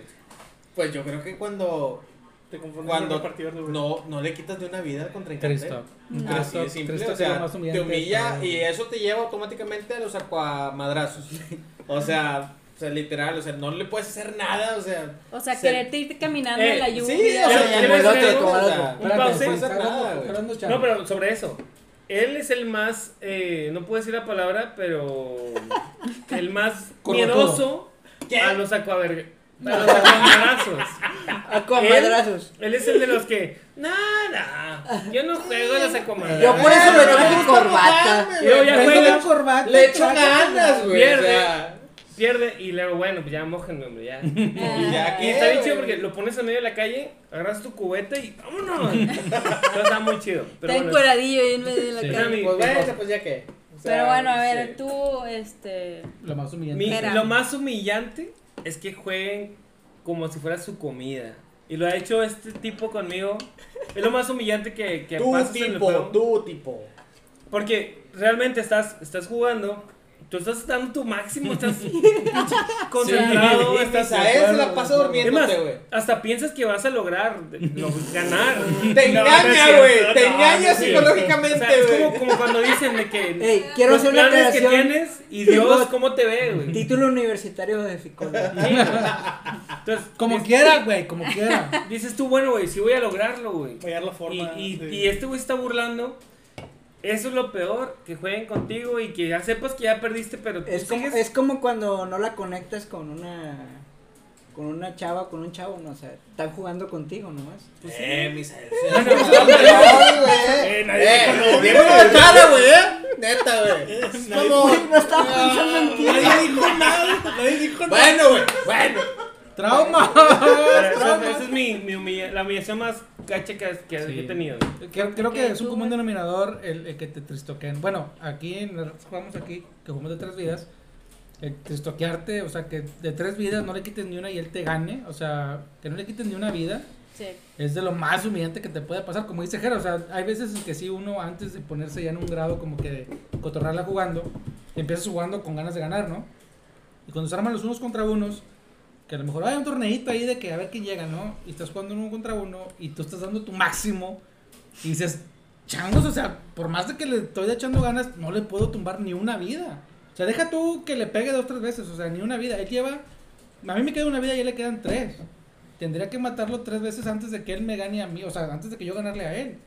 Speaker 3: Pues yo creo que cuando.
Speaker 2: te confundes con
Speaker 3: Cuando
Speaker 2: el repartidor de Uber.
Speaker 3: no, no le quitas de una vida al contrincante.
Speaker 6: Cristo.
Speaker 1: No.
Speaker 3: Así de simple, o sea, te humilla y eso te lleva automáticamente a los acuamadrazos. O sea, o sea, literal, o sea, no le puedes hacer nada, o sea.
Speaker 1: O sea,
Speaker 3: se-
Speaker 1: quererte ir caminando
Speaker 4: Eh,
Speaker 1: en la
Speaker 3: Sí, o
Speaker 1: lluvia.
Speaker 3: sea, ya
Speaker 4: ¿Quieres
Speaker 3: no es
Speaker 4: ver
Speaker 3: algo,
Speaker 5: otro?
Speaker 3: o sea,
Speaker 4: Un pause.
Speaker 3: No puedes hacer nada, güey.
Speaker 4: No, pero sobre eso. Él es el más, eh, no puedo decir la palabra, pero el más
Speaker 6: Corrotudo.
Speaker 4: miedoso
Speaker 3: ¿Qué?
Speaker 4: a los acuaverga. Para los acuamadrazos.
Speaker 5: A comadrazos.
Speaker 4: Él es el de los que. Nada. Yo no juego a los acuamadrazos.
Speaker 5: Yo por eso me traje corbata.
Speaker 3: corbata.
Speaker 4: Yo ya
Speaker 6: Vengo
Speaker 4: juego.
Speaker 6: de corbata
Speaker 3: Ah, Le
Speaker 6: y
Speaker 3: echo
Speaker 6: traje
Speaker 3: ganas, güey.
Speaker 4: Pierde.
Speaker 3: o sea, pues,
Speaker 4: Pierde y luego, bueno, pues ya mojenme, hombre, ya.
Speaker 1: Ah.
Speaker 3: y ya
Speaker 4: Y
Speaker 3: que-
Speaker 4: está bien chido porque lo pones en medio de la calle, agarras tu cubeta y vámonos. Entonces está muy chido. Pero
Speaker 1: Está
Speaker 4: bueno,
Speaker 1: encueradillo ahí en medio de la
Speaker 6: Sí.
Speaker 1: calle.
Speaker 4: era mi-
Speaker 3: Pues bueno, pues ya que. O sea,
Speaker 1: Pero bueno, a
Speaker 3: sí.
Speaker 1: ver, tú, este.
Speaker 6: Lo más humillante.
Speaker 4: mi-
Speaker 1: Era.
Speaker 4: lo más humillante es que jueguen como si fuera su comida. Y lo ha hecho este tipo conmigo. Es lo más humillante que, que
Speaker 3: Tú
Speaker 4: pasas en el
Speaker 3: tipo,
Speaker 4: juego.
Speaker 3: tú tipo.
Speaker 4: Porque realmente estás, estás jugando, tú estás dando tu máximo, estás concentrado,
Speaker 3: Y
Speaker 4: estás
Speaker 3: Misael se la pasa
Speaker 4: Es más,
Speaker 3: durmiéndote, güey.
Speaker 4: hasta piensas que vas a lograr de- lo- ganar.
Speaker 3: Te
Speaker 4: No, no es
Speaker 3: engaña,
Speaker 4: cierto,
Speaker 3: güey. Te
Speaker 4: no, no
Speaker 3: engaña
Speaker 4: es cierto. O sea,
Speaker 3: psicológicamente,
Speaker 4: es
Speaker 3: güey.
Speaker 4: como, como cuando dicen de que
Speaker 5: Ey, quiero
Speaker 4: los
Speaker 5: hacer una
Speaker 4: planes que
Speaker 5: aclaración.
Speaker 4: tienes y Dios cómo te ve, güey. Sí,
Speaker 5: Título universitario de psicólogo.
Speaker 4: güey. Entonces,
Speaker 6: Como
Speaker 4: dices-
Speaker 6: quiera, güey, como quiera.
Speaker 4: Dices tú, bueno, güey, sí voy a lograrlo, güey.
Speaker 2: Voy a dar la forma.
Speaker 4: Y, y-
Speaker 2: de-
Speaker 4: y este güey está burlando. Eso es lo peor, que jueguen contigo y que ya sepas que ya perdiste, pero tú
Speaker 5: Es como,
Speaker 4: sigues-
Speaker 5: es como cuando no la conectas con una con una chava, con un chavo, no, o sea, están jugando contigo nomás.
Speaker 3: Eh, Misael.
Speaker 7: Ay, güey.
Speaker 4: Eh, nadie
Speaker 3: Eh,
Speaker 4: dijo
Speaker 3: lo vieron la cara, güey. eh. Neta, güey. Es como. Ah,
Speaker 5: No estaba pensando en ti.
Speaker 2: Nadie dijo nada. Nadie dijo nada.
Speaker 3: Bueno, güey. Bueno.
Speaker 6: Trauma.
Speaker 4: Pero Esa esa es mi, mi humilla- la humillación más cacha que, que
Speaker 6: Sí.
Speaker 4: he tenido.
Speaker 6: Creo, creo que
Speaker 1: Ok,
Speaker 6: es un
Speaker 1: tú,
Speaker 6: común
Speaker 1: güey.
Speaker 6: denominador el, el que te tristoquen. Bueno, aquí en la- jugamos aquí, que jugamos de tres vidas. El tristoquearte, o sea, que de tres vidas no le quites ni una y él te gane. O sea, que no le quites ni una vida.
Speaker 1: Sí.
Speaker 6: Es de lo más humillante que te puede pasar. Como dice Jera, o sea, hay veces en que sí uno antes de ponerse ya en un grado como que de cotorrarla jugando, empiezas jugando con ganas de ganar, ¿no? Y cuando se arman los unos contra unos, que a lo mejor hay un torneito ahí de que a ver quién llega, ¿no? Y estás jugando uno contra uno y tú estás dando tu máximo y dices, changos, o sea, por más de que le estoy echando ganas, no le puedo tumbar ni una vida. O sea, deja tú que le pegue dos, tres veces, o sea, ni una vida. Él lleva, a mí me queda una vida y a él le quedan tres. Tendría que matarlo tres veces antes de que él me gane a mí, o sea, antes de que yo ganarle a él.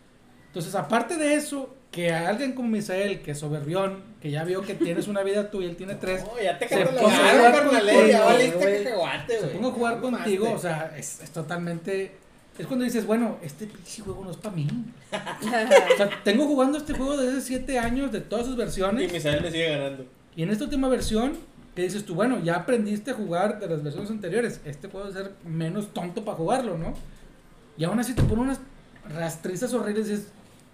Speaker 6: Entonces, aparte de eso, que a alguien como Misael, que es soberbión, que ya vio que tienes una vida tú y él tiene tres,
Speaker 3: No, ya te
Speaker 6: Se
Speaker 3: canto la
Speaker 6: puso
Speaker 3: cara,
Speaker 6: a jugar
Speaker 3: carnal. eh,
Speaker 6: contigo,
Speaker 3: Ya valiste
Speaker 6: güey.
Speaker 3: cacahuate,
Speaker 6: se
Speaker 3: güey.
Speaker 6: pongo a jugar
Speaker 3: No
Speaker 6: contigo,
Speaker 3: mames.
Speaker 6: o sea, es, es totalmente... Es cuando dices, bueno, este pinche juego no es para mí. O sea, tengo jugando este juego desde hace siete años, de todas sus versiones.
Speaker 3: Y Misael me sigue ganando.
Speaker 6: Y en esta última versión, que dices tú, bueno, ya aprendiste a jugar de las versiones anteriores, este puede ser menos tonto para jugarlo, ¿no? Y aún así te pone unas rastrizas horribles y dices, este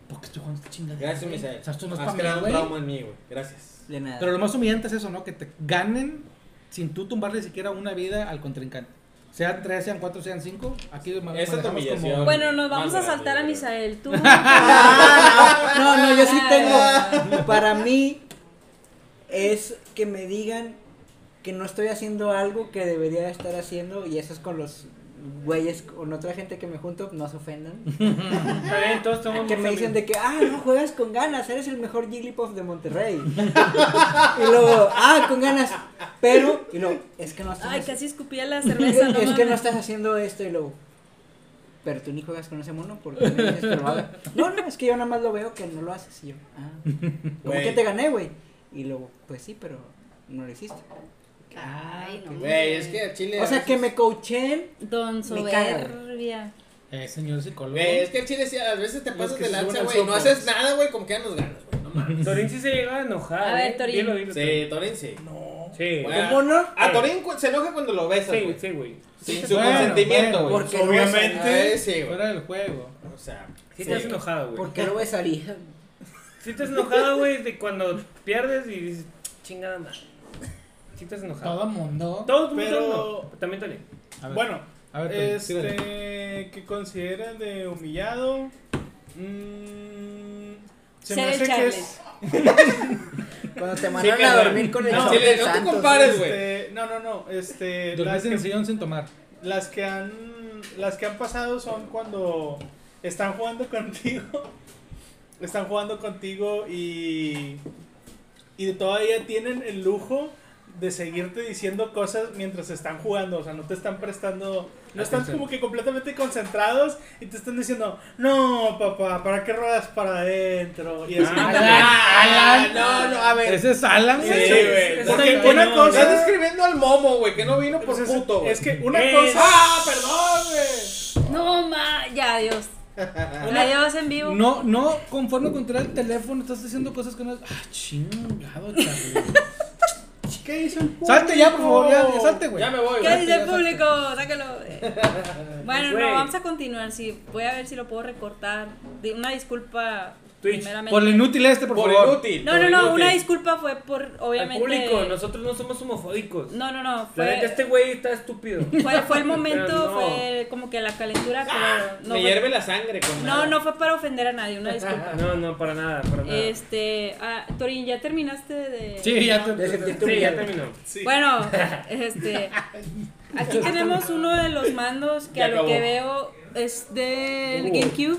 Speaker 6: ¿por qué estoy jugando esta chingada?
Speaker 3: Gracias,
Speaker 6: güey?
Speaker 3: Misael.
Speaker 6: O sea, esto no es
Speaker 3: Has
Speaker 6: para
Speaker 3: creado
Speaker 6: mí,
Speaker 3: un
Speaker 6: güey.
Speaker 3: trauma en mí, güey. Gracias.
Speaker 5: De nada.
Speaker 6: Pero lo más humillante es eso, ¿no? Que te ganen sin tú tumbarle siquiera una vida al contrincante. Sean tres, sean cuatro, sean cinco. Aquí ma-
Speaker 3: Esa es
Speaker 6: manejamos
Speaker 3: humillación.
Speaker 6: como-
Speaker 1: Bueno, nos vamos
Speaker 3: Más
Speaker 1: a saltar a
Speaker 3: grande,
Speaker 1: Misael. Tú.
Speaker 5: Ah, no, no, yo sí
Speaker 1: Ah.
Speaker 5: tengo. Para mí es que me digan que no estoy haciendo algo que debería estar haciendo y eso es con los güeyes con otra gente que me junto, no se ofendan.
Speaker 4: Está bien, todos somos
Speaker 5: Que me
Speaker 4: mis
Speaker 5: dicen
Speaker 4: amigos.
Speaker 5: de que, ah, no juegas con ganas, eres el mejor Jigglypuff de Monterrey. y luego, ah, con ganas, pero, y luego, es que no estás,
Speaker 1: Ay,
Speaker 5: haci-
Speaker 1: casi escupía la cerveza. no
Speaker 5: es que no
Speaker 1: mames.
Speaker 5: estás haciendo esto, y luego, pero tú ni juegas con ese mono porque me dices que lo haga. No, no, es que yo nada más lo veo que no lo haces, y yo, ah, ¿cómo
Speaker 3: Güey.
Speaker 5: que te gané, güey? Y luego, pues sí, pero no lo hiciste.
Speaker 1: Ay, no.
Speaker 3: Güey, es que a Chile.
Speaker 5: O
Speaker 3: a
Speaker 5: sea, que
Speaker 3: veces-
Speaker 5: me coachen,
Speaker 1: Don
Speaker 5: Me caga.
Speaker 1: Soberbia.
Speaker 6: Eh, señor psicólogo.
Speaker 3: Güey, es que al Chile sí, a veces te pasas
Speaker 2: que
Speaker 3: de
Speaker 2: se suben
Speaker 3: lanza,
Speaker 2: al
Speaker 3: güey. No
Speaker 2: soco.
Speaker 3: haces nada, güey. Como quedan los ganas, güey. No mames.
Speaker 4: Torín sí se llega a enojar.
Speaker 1: A ver,
Speaker 4: ¿eh?
Speaker 1: Torín.
Speaker 4: Dilo, dilo,
Speaker 3: Sí, Torín sí.
Speaker 2: No.
Speaker 4: Sí.
Speaker 3: Bueno,
Speaker 5: ¿cómo no?
Speaker 3: A Torín cu- se enoja cuando lo besas,
Speaker 4: Sí,
Speaker 3: güey.
Speaker 4: sí, güey.
Speaker 3: Sin su
Speaker 6: Bueno,
Speaker 3: consentimiento,
Speaker 6: bueno,
Speaker 3: güey.
Speaker 5: porque
Speaker 3: Su
Speaker 5: no es-
Speaker 3: beso,
Speaker 2: Ay,
Speaker 3: eh, sí, güey.
Speaker 6: Fuera del juego.
Speaker 3: O sea,
Speaker 4: Sí,
Speaker 3: sí.
Speaker 4: te has enojado, güey.
Speaker 5: ¿Por qué lo besaría?
Speaker 4: Sí te has enojado, güey, de cuando pierdes y dices, chingada madre. Sí te has enojado.
Speaker 6: Todo mundo.
Speaker 4: Todos,
Speaker 2: Pero-
Speaker 4: pero... También Torín.
Speaker 6: A ver,
Speaker 2: Bueno,
Speaker 6: a ver, pues, Torín, síguele.
Speaker 2: este. ¿Qué consideran de humillado? Mm, se
Speaker 1: Ser
Speaker 2: me
Speaker 1: el
Speaker 2: hace que
Speaker 1: Charles.
Speaker 2: es. este,
Speaker 5: Cuando te mandaron a
Speaker 3: cabrón.
Speaker 5: dormir con el
Speaker 2: No,
Speaker 5: Chile
Speaker 3: Chile, no te
Speaker 5: Santos.
Speaker 3: compares, güey.
Speaker 2: Este, no, no, no. Este.
Speaker 6: Dormir
Speaker 2: Las
Speaker 6: sin
Speaker 2: que,
Speaker 6: sillón sin tomar.
Speaker 2: las que han. Las que han pasado son cuando están jugando contigo. Están jugando contigo y. Y todavía tienen el lujo de seguirte diciendo cosas mientras están jugando, o sea, no te están prestando, no están
Speaker 4: Atención.
Speaker 2: como que completamente concentrados y te están diciendo, no, papá, ¿para qué ruedas para adentro? Y así,
Speaker 4: Ah,
Speaker 3: Ah, no, no, a ver.
Speaker 6: Ese es Alan,
Speaker 2: Sí,
Speaker 6: güey.
Speaker 3: Sí, güey.
Speaker 4: Está
Speaker 2: porque
Speaker 4: bien,
Speaker 2: una
Speaker 4: no,
Speaker 3: Estás
Speaker 2: cosa
Speaker 3: describiendo al momo, güey, que no vino por
Speaker 2: pues, es,
Speaker 3: puto. güey.
Speaker 2: es que una
Speaker 4: Es-
Speaker 2: cosa,
Speaker 3: ¡Ah, perdón, güey!
Speaker 1: No, ma, ya, adiós. Adiós en vivo.
Speaker 6: No, no, conforme con tirar el teléfono, estás haciendo cosas que no es. Ah, chingado, Charlie.
Speaker 2: ¿qué hizo el
Speaker 6: salte ya, por favor, ya, ya salte, güey.
Speaker 3: Ya me voy,
Speaker 1: ¿Qué
Speaker 3: güey.
Speaker 1: dice el público? Sácalo. Bueno,
Speaker 4: Güey.
Speaker 1: no, vamos a continuar. Sí, voy a ver si lo puedo recortar. Di- Una disculpa.
Speaker 4: Twitch.
Speaker 1: primeramente.
Speaker 6: Por lo inútil este, por,
Speaker 3: Por
Speaker 6: favor.
Speaker 3: inútil.
Speaker 1: No,
Speaker 3: por
Speaker 1: no, no,
Speaker 3: inútil.
Speaker 1: una disculpa fue por,
Speaker 4: Al
Speaker 1: obviamente.
Speaker 4: público, nosotros no somos homofóbicos.
Speaker 1: No, pues. no, no.
Speaker 4: La neta,
Speaker 1: Fue,
Speaker 4: este güey está estúpido.
Speaker 1: fue, fue el momento,
Speaker 4: Pero no.
Speaker 1: fue como que la calentura, pero no. fue-
Speaker 3: Me hierve la sangre con
Speaker 1: no, no fue para ofender a nadie, una disculpa.
Speaker 4: No, no, para nada, para nada.
Speaker 1: Este, ah, Torín, ¿ya terminaste de...?
Speaker 6: Sí, ya te.
Speaker 5: De sentirte
Speaker 4: Sí, ya
Speaker 5: humillado.
Speaker 4: terminó.
Speaker 2: Sí.
Speaker 1: Bueno, este, aquí tenemos uno de los mandos que
Speaker 3: Ya
Speaker 1: a lo
Speaker 3: acabó.
Speaker 1: que veo es del
Speaker 4: Uh.
Speaker 1: GameCube.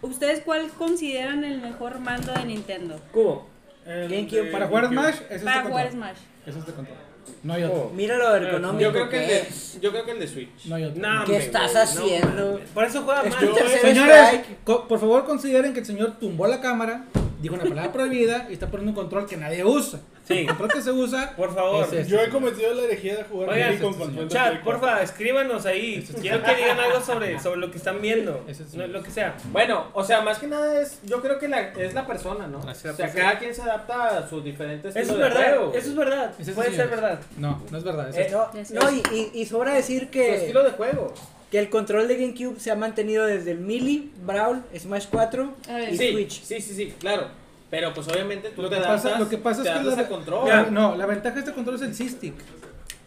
Speaker 1: ¿Ustedes cuál consideran el mejor mando de Nintendo?
Speaker 4: Cubo.
Speaker 2: El
Speaker 5: GameCube
Speaker 2: de
Speaker 6: Para jugar
Speaker 2: GameCube.
Speaker 6: Smash, eso
Speaker 1: Para
Speaker 6: es de
Speaker 1: jugar
Speaker 6: control.
Speaker 1: Smash.
Speaker 6: Eso es de control. No hay otro.
Speaker 5: Míralo ergonómico.
Speaker 3: Yo creo que el
Speaker 5: que
Speaker 3: de,
Speaker 5: es.
Speaker 3: yo creo que el de Switch.
Speaker 6: No hay otro.
Speaker 4: No,
Speaker 5: ¿Qué
Speaker 4: hombre,
Speaker 5: estás
Speaker 4: güey,
Speaker 5: haciendo?
Speaker 4: no, por eso juega
Speaker 5: Es
Speaker 4: mal.
Speaker 5: tu
Speaker 6: eh.
Speaker 5: tercer
Speaker 6: Señores,
Speaker 5: strike.
Speaker 6: co- por favor consideren que el señor tumbó la cámara, dijo una palabra prohibida y está poniendo un control que nadie usa.
Speaker 4: Sí.
Speaker 6: El control que se usa
Speaker 4: Por favor.
Speaker 6: Es este.
Speaker 2: Yo he cometido la herejía de jugar
Speaker 4: Oigan,
Speaker 2: Kirby con
Speaker 6: este
Speaker 2: control de
Speaker 4: Chat,
Speaker 2: Play cuatro.
Speaker 4: porfa, escríbanos ahí. Quiero que digan algo sobre, sobre lo que están viendo.
Speaker 6: Eso sí.
Speaker 4: No, lo que sea.
Speaker 3: Bueno, o sea, más que nada es, yo creo que la, es la persona, ¿no?
Speaker 4: Así la
Speaker 3: o sea,
Speaker 4: persona.
Speaker 3: cada quien se adapta a sus diferentes
Speaker 4: Eso es verdad.
Speaker 3: juego.
Speaker 4: Eso es verdad.
Speaker 6: Es este
Speaker 4: Puede ser
Speaker 6: señor.
Speaker 4: verdad.
Speaker 6: No, no es verdad. es
Speaker 5: Eh,
Speaker 6: este.
Speaker 5: no, no, y, y- y sobra decir
Speaker 3: Su
Speaker 5: que,
Speaker 3: estilo de juego.
Speaker 5: que el control de GameCube se ha mantenido desde el Melee, Brawl, Smash 4
Speaker 1: A ver.
Speaker 5: y
Speaker 3: Sí,
Speaker 5: Switch.
Speaker 3: sí, sí, sí, claro. Pero pues obviamente tú
Speaker 6: Lo
Speaker 3: te
Speaker 6: que
Speaker 3: adaptas,
Speaker 6: pasa- lo que pasa
Speaker 3: te
Speaker 6: es que
Speaker 3: adaptas
Speaker 6: la-
Speaker 3: al control.
Speaker 4: Ya.
Speaker 6: No, la ventaja de este control es el C-Stick.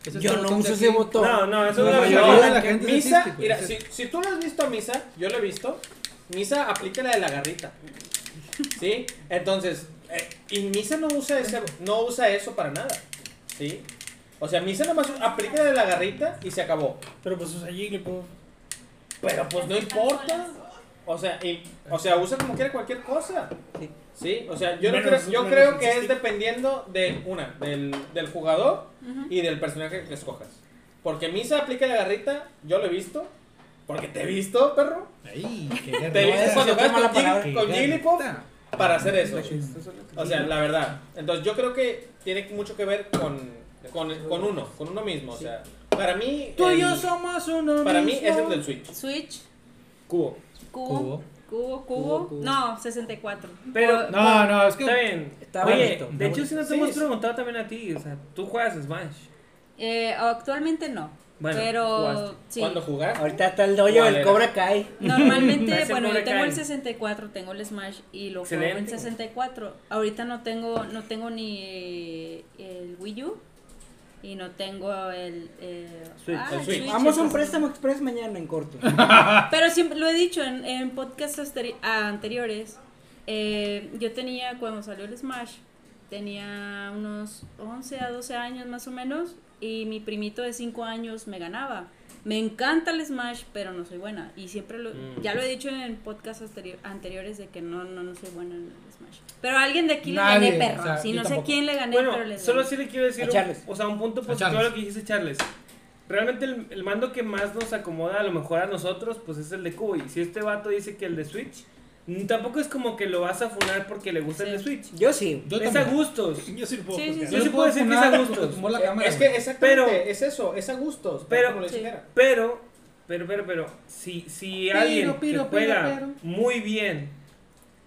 Speaker 6: Es este
Speaker 5: Yo
Speaker 6: botón
Speaker 5: no
Speaker 6: de
Speaker 5: uso
Speaker 6: aquí.
Speaker 5: ese botón.
Speaker 4: No, no, eso
Speaker 6: La
Speaker 4: es
Speaker 6: mayoría
Speaker 4: verdad.
Speaker 6: de la gente es
Speaker 3: Misa,
Speaker 6: artístico,
Speaker 3: mira,
Speaker 6: es
Speaker 3: si, si tú lo has visto a Misa, yo lo he visto, Misa aplica la de la garrita. ¿Sí? Entonces, eh, y Misa no usa, ese, no usa eso para nada. ¿Sí? O sea, Misa nomás aplica la de la garrita y se acabó.
Speaker 2: Pero pues usa Jigglypuff.
Speaker 3: Pero pues no importa. O sea, y- o sea, usa como quiera cualquier cosa.
Speaker 5: Sí.
Speaker 3: Sí, o sea, yo, no
Speaker 2: Menos-
Speaker 3: creo, yo
Speaker 2: menos
Speaker 3: creo que es
Speaker 2: artístico.
Speaker 3: dependiendo de una, del, del jugador y del personaje que escojas. Porque Misa aplica la garrita, yo lo he visto. Porque te he visto, perro.
Speaker 6: Ay, qué
Speaker 3: Te he
Speaker 6: garrota.
Speaker 3: visto cuando
Speaker 5: cierta
Speaker 3: juegas con,
Speaker 5: mala palabra.
Speaker 3: Jig- con
Speaker 6: Qué
Speaker 3: Jigglypuff
Speaker 6: garrota.
Speaker 3: para hacer eso. O sea, la verdad. Entonces yo creo que tiene mucho que ver con, con, con uno, con uno mismo. O sea, para mí...
Speaker 6: Tú
Speaker 3: el-
Speaker 6: y yo somos uno
Speaker 3: para mí
Speaker 6: mismo.
Speaker 3: es el del Switch.
Speaker 1: Switch,
Speaker 3: Cubo.
Speaker 1: cubo, cubo, cubo,
Speaker 5: cubo.
Speaker 1: no, 64.
Speaker 4: Pero-
Speaker 1: O-
Speaker 6: No, no, es
Speaker 4: Está
Speaker 6: que
Speaker 4: bien.
Speaker 5: Está
Speaker 4: Oye,
Speaker 5: bonito,
Speaker 4: de
Speaker 5: está
Speaker 4: hecho, si nos
Speaker 3: Sí,
Speaker 4: hemos
Speaker 3: sí.
Speaker 4: preguntado también a ti. O sea, tú juegas Smash.
Speaker 1: eh, actualmente no,
Speaker 4: Bueno,
Speaker 1: pero
Speaker 4: jugaste.
Speaker 1: sí.
Speaker 3: Cuando jugar.
Speaker 5: Ahorita está el dojo
Speaker 3: ¿Cuál
Speaker 5: del
Speaker 3: era?
Speaker 5: Cobra Kai.
Speaker 1: Normalmente,
Speaker 4: Ese
Speaker 1: bueno,
Speaker 4: pobre
Speaker 1: yo tengo el
Speaker 4: Kyle.
Speaker 1: 64, tengo el Smash y lo juego en
Speaker 4: Excelente.
Speaker 1: 64. Ahorita no tengo, no tengo ni el Wii U y no tengo el, eh,
Speaker 4: Switch.
Speaker 1: ah,
Speaker 3: El Switch.
Speaker 5: Vamos a un
Speaker 1: entonces-
Speaker 5: préstamo express mañana en corto.
Speaker 1: Pero siempre lo he dicho en, en podcasts asteri- anteriores. eh, yo tenía, cuando salió el Smash, tenía unos 11 a 12 años más o menos. Y mi primito de 5 años me ganaba. Me encanta el Smash, pero no soy buena. Y siempre lo,
Speaker 4: Mm.
Speaker 1: ya lo he dicho en podcasts asteri- anteriores de que no, no, no soy buena en el Smash. Pero a alguien de aquí
Speaker 6: Nadie,
Speaker 1: le gané, perro.
Speaker 6: o sea,
Speaker 1: si
Speaker 6: yo
Speaker 1: no sé
Speaker 6: tampoco.
Speaker 1: quién le gané, pero
Speaker 4: Bueno,
Speaker 1: les
Speaker 4: solo
Speaker 1: gané.
Speaker 4: sí le quiero decir
Speaker 5: A
Speaker 4: un-
Speaker 5: Charles.
Speaker 4: o sea, un punto positivo a
Speaker 6: Charles.
Speaker 4: lo que dijiste Charles. Realmente el, el mando que más nos acomoda a lo mejor a nosotros, pues es el de Cubo. Y si este vato dice que el de Switch, mm, tampoco es como que lo vas a funar porque le gusta el de
Speaker 1: Sí.
Speaker 4: Switch.
Speaker 5: Yo sí.
Speaker 6: Yo
Speaker 4: es a
Speaker 6: también.
Speaker 4: gustos.
Speaker 2: Yo sí lo puedo
Speaker 1: Sí, sí,
Speaker 2: jugar.
Speaker 1: sí.
Speaker 4: Yo sí puedo decir que es a gustos.
Speaker 6: Tumbó la
Speaker 3: Eh,
Speaker 6: cámara,
Speaker 3: es
Speaker 6: güey.
Speaker 3: que exactamente,
Speaker 4: Pero-
Speaker 3: es eso, es a gustos.
Speaker 4: pero-
Speaker 3: Pero, como lo
Speaker 1: sí.
Speaker 3: dijera.
Speaker 4: Pero, pero, pero, pero, si, si
Speaker 6: Pero,
Speaker 4: alguien que
Speaker 6: pero, pero,
Speaker 4: juega
Speaker 6: pero.
Speaker 4: muy bien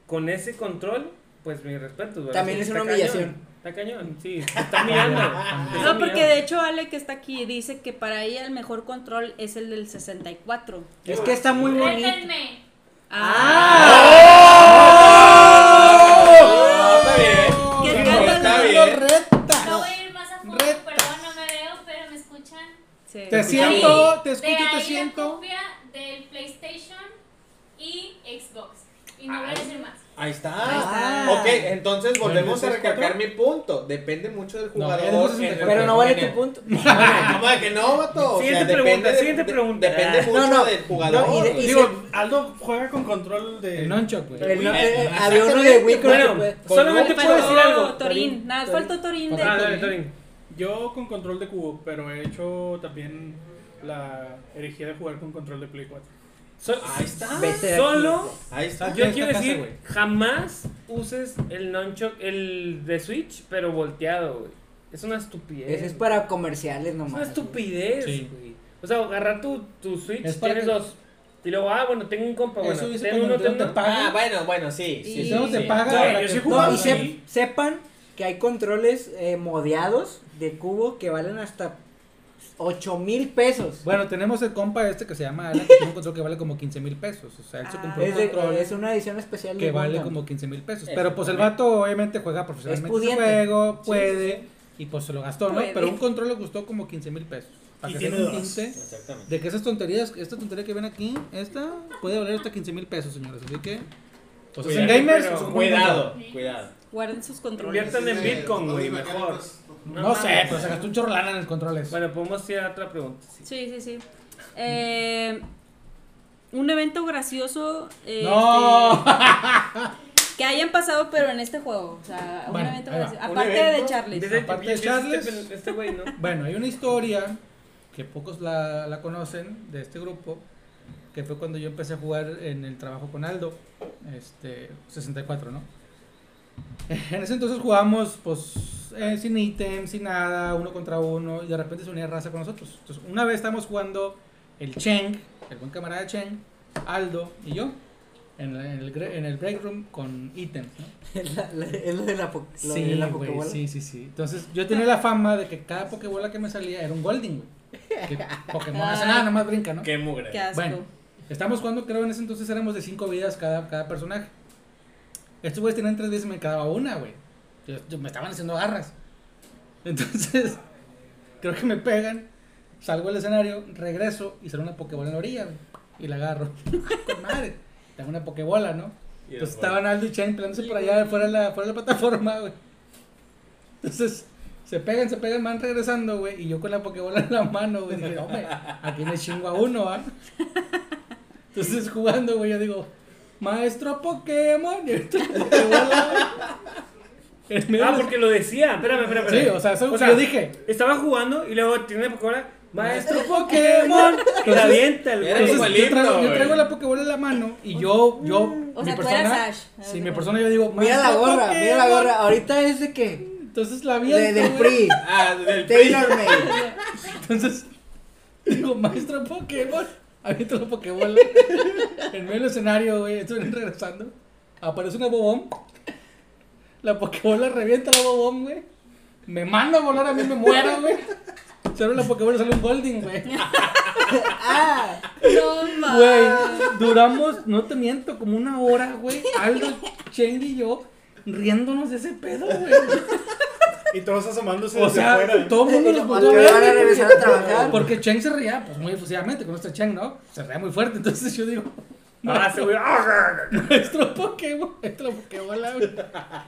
Speaker 4: con ese control, pues mi respeto. ¿verdad?
Speaker 5: También es
Speaker 4: Está
Speaker 5: una
Speaker 4: cañón,
Speaker 5: humillación.
Speaker 4: Está cañón, sí. se Está mirando.
Speaker 1: No, porque de hecho Ale que está aquí dice que para ella el mejor control es el del 64.
Speaker 5: Es que está muy bonito.
Speaker 1: Ah.
Speaker 6: Ah.
Speaker 5: Ah.
Speaker 3: No, está bien.
Speaker 1: ¡Qué
Speaker 3: Sí,
Speaker 1: escándalo!
Speaker 3: está
Speaker 6: Lo
Speaker 3: bien.
Speaker 6: reta.
Speaker 8: No voy a ir más a fondo,
Speaker 6: Recta.
Speaker 8: perdón, no me veo, pero me escuchan.
Speaker 1: Sí.
Speaker 6: Te siento, te escucho,
Speaker 8: de ahí
Speaker 6: te
Speaker 8: la
Speaker 6: siento.
Speaker 5: Ah.
Speaker 8: copia del PlayStation y Xbox. Y no voy a decir más.
Speaker 3: Ahí
Speaker 5: Ahí
Speaker 3: está.
Speaker 5: está.
Speaker 3: Ok, entonces volvemos a
Speaker 6: ¿Dónde está el
Speaker 3: recalcar mi punto. Depende mucho del
Speaker 6: No, ya
Speaker 3: jugador.
Speaker 6: dijimos
Speaker 3: en el-
Speaker 5: Pero no vale
Speaker 3: en el-
Speaker 5: tu punto.
Speaker 3: ¿Cómo de que no, vato? O sea,
Speaker 4: Siguiente
Speaker 3: depende
Speaker 4: pregunta,
Speaker 3: de-
Speaker 4: siguiente
Speaker 3: de-
Speaker 4: pregunta.
Speaker 3: Depende
Speaker 4: Ah.
Speaker 3: mucho
Speaker 5: No, no.
Speaker 3: del jugador.
Speaker 5: No, y de-
Speaker 3: güey.
Speaker 5: y-
Speaker 2: Digo, Aldo juega con control de.
Speaker 6: El nonchok, güey.
Speaker 5: El-
Speaker 3: Wii.
Speaker 5: eh, eh, había uno de Wii con el que
Speaker 4: Bueno,
Speaker 5: puede-
Speaker 4: solamente
Speaker 1: Faltó
Speaker 4: puedo decir algo.
Speaker 1: Torín. Nada, faltó Torín de.
Speaker 4: Ah, dale, Torín.
Speaker 2: Yo con control de cubo, pero he hecho también la herejía de jugar con control de Play 4.
Speaker 4: So-
Speaker 3: Ahí está.
Speaker 5: Vete de
Speaker 4: Solo,
Speaker 3: Ahí está.
Speaker 4: yo
Speaker 6: esta
Speaker 4: quiero
Speaker 6: casa,
Speaker 4: decir,
Speaker 6: güey.
Speaker 4: jamás uses el nunchuck, el de Switch, pero volteado, güey. Es una estupidez.
Speaker 5: Ese es
Speaker 4: güey.
Speaker 5: para comerciales
Speaker 4: Es
Speaker 5: nomás.
Speaker 4: una estupidez,
Speaker 6: Sí.
Speaker 4: güey. O sea, agarrar tu, tu Switch,
Speaker 6: Es para
Speaker 4: tienes
Speaker 6: que-
Speaker 4: dos. Y luego, ah, bueno, tengo un compa, bueno,
Speaker 6: Eso dice
Speaker 4: tengo uno,
Speaker 6: cuando
Speaker 4: tengo
Speaker 6: Nintendo te
Speaker 4: uno.
Speaker 6: paga.
Speaker 3: Ah, bueno, bueno, sí. sí,
Speaker 1: Y-
Speaker 3: sí,
Speaker 6: Nintendo te
Speaker 3: sí.
Speaker 6: paga
Speaker 3: No,
Speaker 6: para
Speaker 3: yo
Speaker 6: que
Speaker 3: sí
Speaker 6: tú-
Speaker 5: No,
Speaker 3: jugaba
Speaker 5: y
Speaker 6: se-
Speaker 3: ahí.
Speaker 5: sep- sepan que hay controles eh, modeados de cubo que valen hasta 8 mil pesos.
Speaker 6: Bueno, tenemos el compa este que se llama Alan, que tiene un control que vale como 15 mil pesos. O sea, él se
Speaker 1: Ah.
Speaker 6: compró un
Speaker 5: es, de-
Speaker 6: control
Speaker 5: es una edición especial de
Speaker 6: que vale
Speaker 5: Gundam.
Speaker 6: como 15 mil pesos. Pero pues el vato obviamente juega profesionalmente
Speaker 5: Es
Speaker 6: su
Speaker 5: pudiente.
Speaker 6: juego, puede, y pues se lo gastó, ¿no?
Speaker 1: Puede.
Speaker 6: Pero un control le costó como 15 mil pesos. Para
Speaker 2: Y
Speaker 6: que
Speaker 2: tiene
Speaker 6: se den un
Speaker 2: dos.
Speaker 6: tinte
Speaker 3: Exactamente.
Speaker 6: de que esas tonterías, esta tontería que ven aquí, esta puede valer hasta 15 mil pesos, señores. Así que, pues
Speaker 4: Cuidado,
Speaker 6: en gamers,
Speaker 4: pero
Speaker 6: son muy buenos.
Speaker 3: Cuidado, cuidado.
Speaker 1: Guarden sus controles.
Speaker 4: Inviertan en Bitcoin, güey, mejor.
Speaker 6: No, sé, pues. pero se gastó un chorro de lana en el control ese.
Speaker 4: Bueno, podemos ir a otra pregunta. sí.
Speaker 1: Sí, sí, sí. Eh, un evento gracioso. eh,
Speaker 6: No.
Speaker 1: este, que hayan pasado, pero en este juego. O sea, un
Speaker 6: Bueno,
Speaker 1: evento
Speaker 6: ahí va.
Speaker 1: gracioso.
Speaker 3: Un
Speaker 1: Aparte de
Speaker 3: evento
Speaker 1: Charles.
Speaker 4: Desde-
Speaker 6: Aparte de
Speaker 4: es este
Speaker 6: Charles.
Speaker 4: pen- Este güey, ¿no?
Speaker 6: Bueno, hay una historia que pocos la, la conocen de este grupo, que fue cuando yo empecé a jugar en el trabajo con Aldo, este, 64, ¿no? En ese entonces jugábamos, pues, eh, sin ítem, sin nada, uno contra uno, y de repente se unía raza con nosotros. Entonces, una vez estábamos jugando el Cheng, el buen camarada Cheng, Aldo y yo, en, la- en el, gre- en el break room con ítems, ¿no?
Speaker 5: Es la- la- es lo de la, po- lo de
Speaker 6: Sí,
Speaker 5: la
Speaker 6: güey,
Speaker 5: Pokébola.
Speaker 6: sí, sí, sí. Entonces, yo tenía la fama de que cada Pokébola que me salía era un Golding, güey. Que Pokémon
Speaker 5: Ah.
Speaker 6: hace nada, nada más brinca, ¿no?
Speaker 3: Qué mugre.
Speaker 1: Qué asco.
Speaker 6: Bueno, estamos jugando, creo en ese entonces éramos de cinco vidas cada, cada personaje. Estos güeyes tenían tres vidas y me quedaba una, güey. Yo- yo- me estaban haciendo garras. Entonces, creo que me pegan, salgo al escenario, regreso y sale una Pokébola en la orilla, güey. Y la agarro. ¡Con madre! Tengo una Pokébola, ¿no?
Speaker 3: Y después-
Speaker 6: Entonces Pues estaban Aldo y Chen peleándose por allá, fuera de la, fuera de la plataforma, güey. Entonces, se pegan, se pegan, van regresando, güey. Y yo con la pokebola en la mano, güey. Dije, hombre, aquí me chingo a uno, ¿ah? Entonces, jugando, güey, yo digo, maestro Pokémon. Y ahorita la pokebola, güey. En medio
Speaker 4: Ah,
Speaker 6: de-
Speaker 4: porque lo decía. Espérame, espérame.
Speaker 6: Sí,
Speaker 4: espérame.
Speaker 6: o sea, eso
Speaker 4: O
Speaker 6: yo
Speaker 4: sea,
Speaker 6: dije.
Speaker 4: Estaba jugando y luego tiene una Pokébola. Maestro
Speaker 6: Maestro
Speaker 4: Pokémon. Y la avienta el
Speaker 3: Era
Speaker 4: güey.
Speaker 3: igual.
Speaker 6: Entonces, yo traigo, yo
Speaker 3: güey.
Speaker 6: traigo la pokebola en la mano y yo, yo,
Speaker 1: O sea, tú eras Ash.
Speaker 6: Sí, mi persona, yo digo,
Speaker 5: Mira la
Speaker 6: "Maestro
Speaker 5: gorra, mira la
Speaker 6: Pokémon".
Speaker 5: gorra. Ahorita es de que.
Speaker 6: Entonces la vi
Speaker 5: De, del PRI.
Speaker 3: Ah, del
Speaker 5: Taylor Made.
Speaker 6: Entonces, digo, maestro Pokémon, aviento la Pokébola. en medio del escenario, güey, estoy regresando. Aparece una bobón. La Pokébola revienta la bobón, güey. Me manda a volar a mí, me muero, güey. Solo la Pokébola sale un Golding, güey.
Speaker 5: Ah,
Speaker 1: No mames.
Speaker 6: Güey, duramos, no te miento, como una hora, güey. Aldo, Cheng y yo riéndonos de ese pedo, güey.
Speaker 2: Y todos asomándose
Speaker 6: O
Speaker 2: desde
Speaker 6: sea,
Speaker 2: afuera.
Speaker 6: todo el mundo nos
Speaker 5: cuando
Speaker 6: puso
Speaker 5: me van a
Speaker 6: verde, güey.
Speaker 5: regresar a trabajar.
Speaker 6: Porque Cheng se reía, pues muy efusivamente, con este Cheng, ¿no? Se reía muy fuerte, entonces yo digo,
Speaker 4: Ah, se güey.
Speaker 6: nuestro Pokémon, nuestro Pokébola, güey.